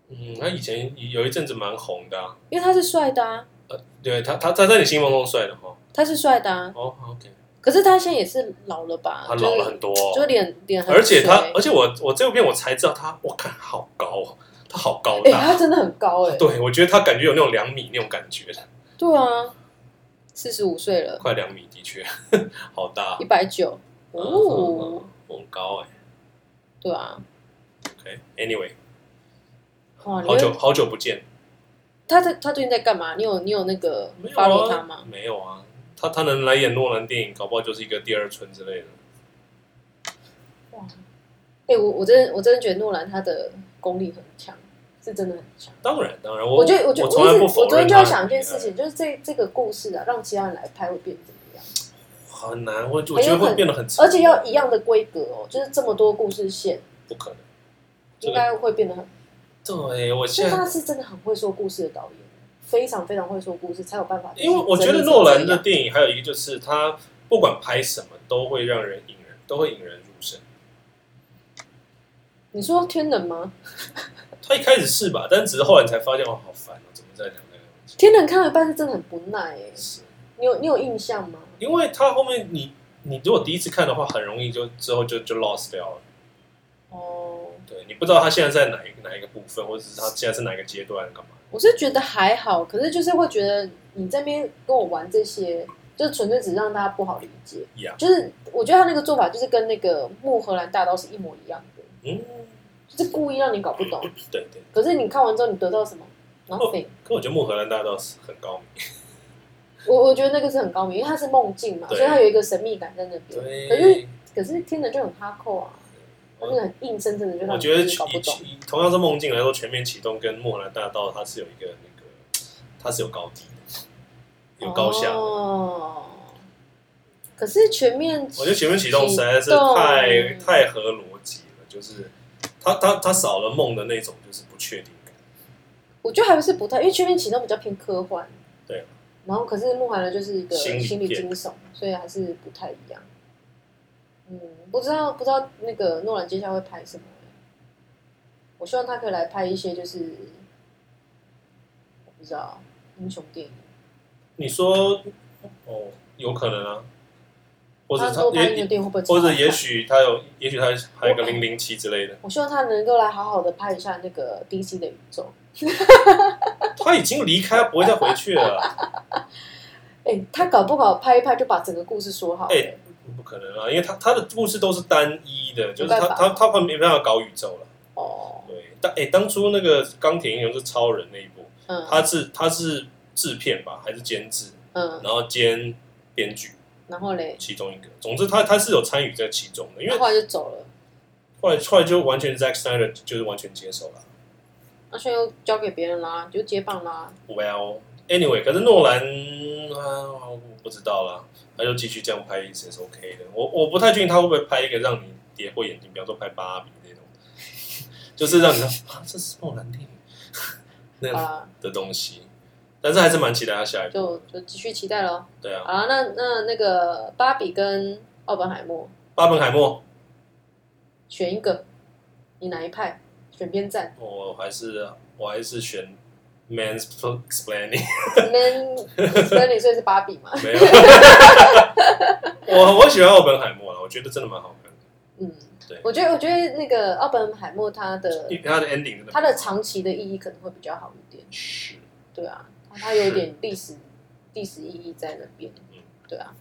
S1: 嗯，他以前有一阵子蛮红的、啊，
S2: 因为他是帅的啊，
S1: 对他他他在你心目中帅的哦，
S2: 他是帅的啊，
S1: 哦，OK，
S2: 可是他现在也是老了吧？
S1: 他老了很多、哦，
S2: 啊就是，就是脸脸很垂，
S1: 而且他，而且我我这部片我才知道他，我看好高哦，他好高
S2: 哎、
S1: 大，
S2: 他真的很高哎、
S1: 对，我觉得他感觉有那种两米那种感觉的，
S2: 对啊，四十五岁了，
S1: 快两米，的确好大
S2: 一百九
S1: 啊
S2: 哦，
S1: 嗯嗯很高哎、
S2: 对啊，
S1: OK，Anyway，、
S2: 哇，哦你
S1: 好久
S2: 们
S1: 好久不见，
S2: 他在他最近在干嘛？你有你有那个
S1: 没有啊
S2: follow 他吗？
S1: 没有啊，他他能来演诺兰电影，搞不好就是一个第二春之类的。
S2: 哎、我我真的我真的觉得诺兰他的功力很强，是真的很强。
S1: 当然当然，我
S2: 我觉得，我觉
S1: 我
S2: 得，
S1: 从
S2: 我
S1: 来
S2: 一直，
S1: 不
S2: 我
S1: 否认
S2: 昨天就
S1: 他
S2: 在
S1: 的啊
S2: 想一件
S1: 厉害
S2: 事情，就是这这个故事啊，让其他人来拍会变怎么样？
S1: 很难，我我
S2: 很
S1: 觉
S2: 有
S1: 得会
S2: 可
S1: 变得很沉重，
S2: 而且要一样的规格哦，就是这么多故事线，
S1: 不可能。这
S2: 应
S1: 个
S2: 该会变得很。
S1: 对，我
S2: 所
S1: 现
S2: 以
S1: 在
S2: 他是真的很会说故事的导演，非常非常会说故事，才有办法。
S1: 因为我觉得诺兰的，电影还有一个就是他不管拍什么都会让人引人，都会引人入胜。
S2: 你说天人吗？
S1: 他一开始是吧，但只是后来你才发现，哦，好烦哦，怎么在讲这个东西？
S2: 天人看到一半是真的很不耐哎，
S1: 是
S2: 你有你有印象吗？
S1: 因为他后面你你如果第一次看的话，很容易就之后就就 lost 掉了。
S2: 哦，
S1: 对你不知道他现在在哪一哪一个部分，或者是他现在是哪一个阶段干嘛？
S2: 我是觉得还好，可是就是会觉得你这边跟我玩这些，就纯粹只是让大家不好理解。
S1: 呀、
S2: 就是我觉得他那个做法就是跟那个《木荷兰大道》是一模一样的，
S1: 嗯，
S2: 就是故意让你搞不懂。
S1: 对对。
S2: 可是你看完之后，你得到什么？nothing。
S1: 可我觉得木荷兰大道是很高明，
S2: 我我觉得那个是很高明，因为它是梦境嘛，
S1: 对
S2: 所以它有一个神秘感在那边。可是
S1: 对。
S2: 可是听着就很哈扣啊，它是很硬生生的就让
S1: 我
S2: 你
S1: 觉得
S2: 自己搞不
S1: 以
S2: 懂。
S1: 以同样是梦境来说，全面启动跟木兰大道它是有一个那个，它是有高低的，有高下的。
S2: 哦。可是全面，
S1: 我觉得全面启动实在是太太合逻辑了，就是它它它少了梦的那种，就是不确定感。
S2: 我觉得还是不太，因为全面启动比较偏科幻。
S1: 对。
S2: 然后可是木兰呢，就是一个
S1: 心理
S2: 心理惊悚，所以还是不太一样。嗯，不知道不知道那个诺兰接下来会拍什么欸、我希望他可以来拍一些就是我不知道英雄电影，
S1: 你说哦，有可能啊，或者
S2: 他多拍英雄
S1: 也
S2: 电影会不会超
S1: 或
S2: 好看？
S1: 者也许他有，也许他还有一个零零七之类
S2: [laughs]
S1: 的，
S2: 我希望他能够来好好的拍一下那个 DC 的宇宙。
S1: 他已经离开，不会再回去了。啊
S2: 哎、他搞不好拍一拍就把整个故事说好了、
S1: 哎、不可能啊，因为他他的故事都是单一的，就是
S2: 没
S1: 他
S2: 办
S1: 他
S2: 法
S1: 他他没办法搞宇宙了。
S2: 哦，
S1: 对，当哎、当初那个钢铁英雄是超人那一部，
S2: 嗯，
S1: 他是他是制片吧，还是监制，
S2: 嗯，
S1: 然后兼编剧
S2: 然后嘞，
S1: 其中一个。总之他他是有参与在其中的，因为
S2: 然后后来就走了，
S1: 后来后来就完全 Zack Snyder 就是完全接手了。
S2: 那现在又交给别人啦，就接棒啦。
S1: Well anyway，可是诺兰啊，我不知道啦，他就继续这样拍也是 OK 的。我我不太确定他会不会拍一个让你跌破眼镜，比方说拍芭比那种， [laughs] 就是让你
S2: [laughs]
S1: 说啊，这是诺兰电影 [laughs] 那
S2: 好
S1: 样
S2: 啦，
S1: 的东西。但是还是蛮期待他下一部。
S2: 就就继续期待喽。
S1: 对啊
S2: 好，啦，那那那个芭比跟奥本海默
S1: 巴本海默，
S2: 选一个，你哪一派？选边站？
S1: 我还是我还是选 man's explaining [laughs]
S2: ，Man，所以你所以是芭比嘛？
S1: 没
S2: [laughs]
S1: 有。我我喜欢奥本海默啊，我觉得真的蛮好看的。
S2: 嗯
S1: 对，
S2: 我觉得我觉得那个奥本海默他的
S1: 因为它的 ending 真的
S2: 他的长期的意义可能会比较好一点，
S1: 是
S2: 对啊，他有点历史历史意义在那边
S1: 嗯，
S2: 对啊，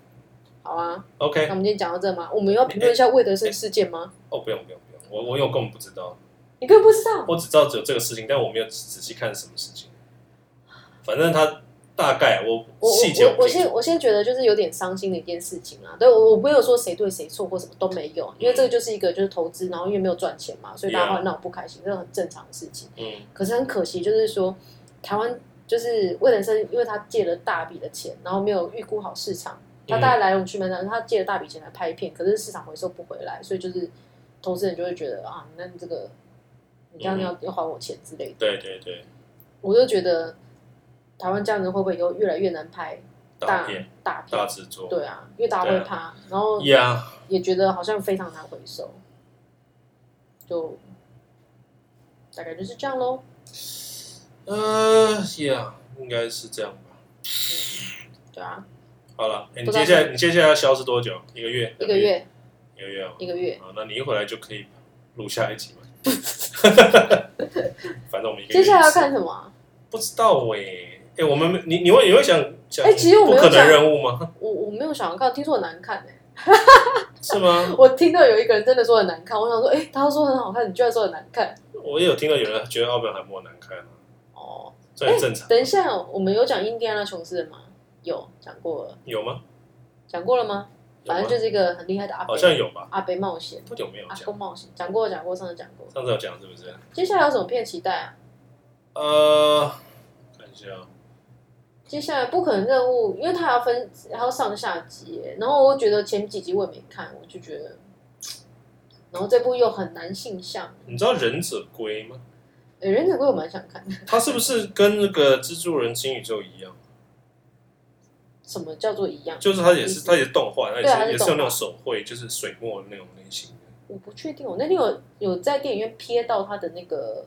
S2: 好啊，那
S1: OK
S2: 我们今天讲到这吗？我们要评论
S1: 哎
S2: 一下魏德胜事件吗？
S1: 哦，不用不用不用，我我有根本不知道，
S2: 你根本不知道，
S1: 我只知道只有这个事情，但我没有仔细看是什么事情。反正他大概我
S2: 我
S1: 细节
S2: 我我
S1: 不清
S2: 现
S1: 楚
S2: 我现在觉得就是有点伤心的一件事情啊，对我我没有说谁对谁错或什么都没有，因为这个就是一个就是投资，然后因为没有赚钱嘛，所以大家
S1: 嗯 Yeah
S2: 会闹不开心，这是很正常的事情。
S1: 嗯
S2: 可是很可惜，就是说台湾就是魏德生，因为他借了大笔的钱，然后没有预估好市场，他
S1: 嗯
S2: 大概来龙去脉，但是他借了大笔钱来拍片，可是市场回收不回来，所以就是投资人就会觉得啊，那你这个你
S1: 嗯
S2: 这样要、要还我钱之类的，
S1: 对对对，
S2: 我就觉得台湾这样子会不会以后越来越难拍
S1: 大
S2: 大
S1: 片
S2: 大
S1: 大
S2: 片？
S1: 制作，
S2: 对啊，因为大家会
S1: 对啊
S2: 怕，然后
S1: 呀，
S2: 也觉得好像非常难回收，就大概就是这样喽。
S1: 呃呀，应该是这样吧。
S2: 对啊，
S1: 好了，哎你
S2: 不知道
S1: 接下来你接下来要消失多久？一个月？
S2: 一个？月
S1: 一个月哦。
S2: 一个月，
S1: 好，那你一回来就可以录下一
S2: [laughs]
S1: 集嘛。反正我们一个月
S2: 接下来要
S1: 一次
S2: 看什么啊？
S1: 不知道哎、哎、我们你你会你会想想，
S2: 哎其实我
S1: 不
S2: 没有
S1: 可能
S2: 想
S1: 任务吗？
S2: 我我没有想要看，听说很难看哎、
S1: 是吗？
S2: 我听到有一个人真的说很难看，我想说，哎、他说很好看，你居然说很难看
S1: 我也有听到有人觉得奥本海默难看啊，
S2: 哦。
S1: 这很正常。
S2: 等一下，我们有讲印第安纳琼斯的吗？有讲过了，
S1: 有吗？
S2: 讲过了吗？
S1: 有吗
S2: 反正就是一个很厉害的阿
S1: 好像
S2: 北，
S1: 有吧，
S2: 阿北冒险，
S1: 不久没有
S2: 阿
S1: 讲，
S2: 公冒险，讲过讲过，上次讲过。
S1: 上次有讲是不是？
S2: 接下来有什么片期待啊？
S1: 呃，看一下啊，
S2: 接下来不可能任务，因为它要分，还要上下集耶，然后我觉得前几集我也没看，我就觉得，嗯然后这部又很难性向，
S1: 你知道忍者龟吗？
S2: 诶忍者龟我蛮想看的，
S1: 它是不是跟那个蜘蛛人新宇宙一样？
S2: 什么叫做一样？
S1: 就是它也是
S2: 嗯
S1: 它也是动画，它也
S2: 对它
S1: 是
S2: 是
S1: 也是有那
S2: 动画
S1: 种手绘，就是水墨的那种类型的。
S2: 我不确定，我哦那天有有在电影院瞥到他的那个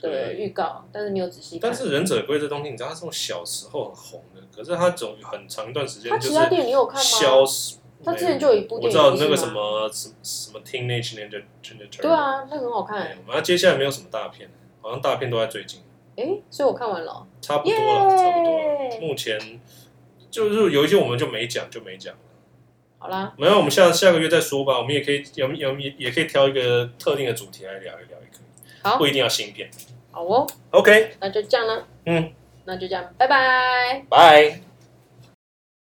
S2: 的
S1: 对
S2: 预告，但是没有仔细看。
S1: 但是忍者龟这东西，你知道它从小时候很红的，可是它总有很长一段时间
S2: 他
S1: 就
S2: 其他
S1: 是
S2: 电影你有看
S1: 消
S2: 吗？
S1: 失。
S2: 他之前
S1: 没有
S2: 就有一部
S1: 我
S2: 电
S1: 知
S2: 影，
S1: 道
S2: 不是
S1: 那个
S2: 吗
S1: 什，么什么什么 Teenage Ninja Ninja Turtle，
S2: 对，啊，那个很好看
S1: 没
S2: 哎
S1: 有、然后接下来没有什么大片，好像大片都在最近，
S2: 诶所以我看完了哦。
S1: 差不多
S2: 耶
S1: 了，差不多了。目前就是有一些我们就没讲，就没讲了。
S2: 好啦，
S1: 没有，我们下下个月再说吧。我们也可以，有有也也可以挑一个特定的主题来聊一聊，也可以，
S2: 好
S1: 不一定要新片。
S2: 好哦，
S1: OK，
S2: 那就这样了，
S1: 嗯，
S2: 那就这样，拜拜。
S1: 拜。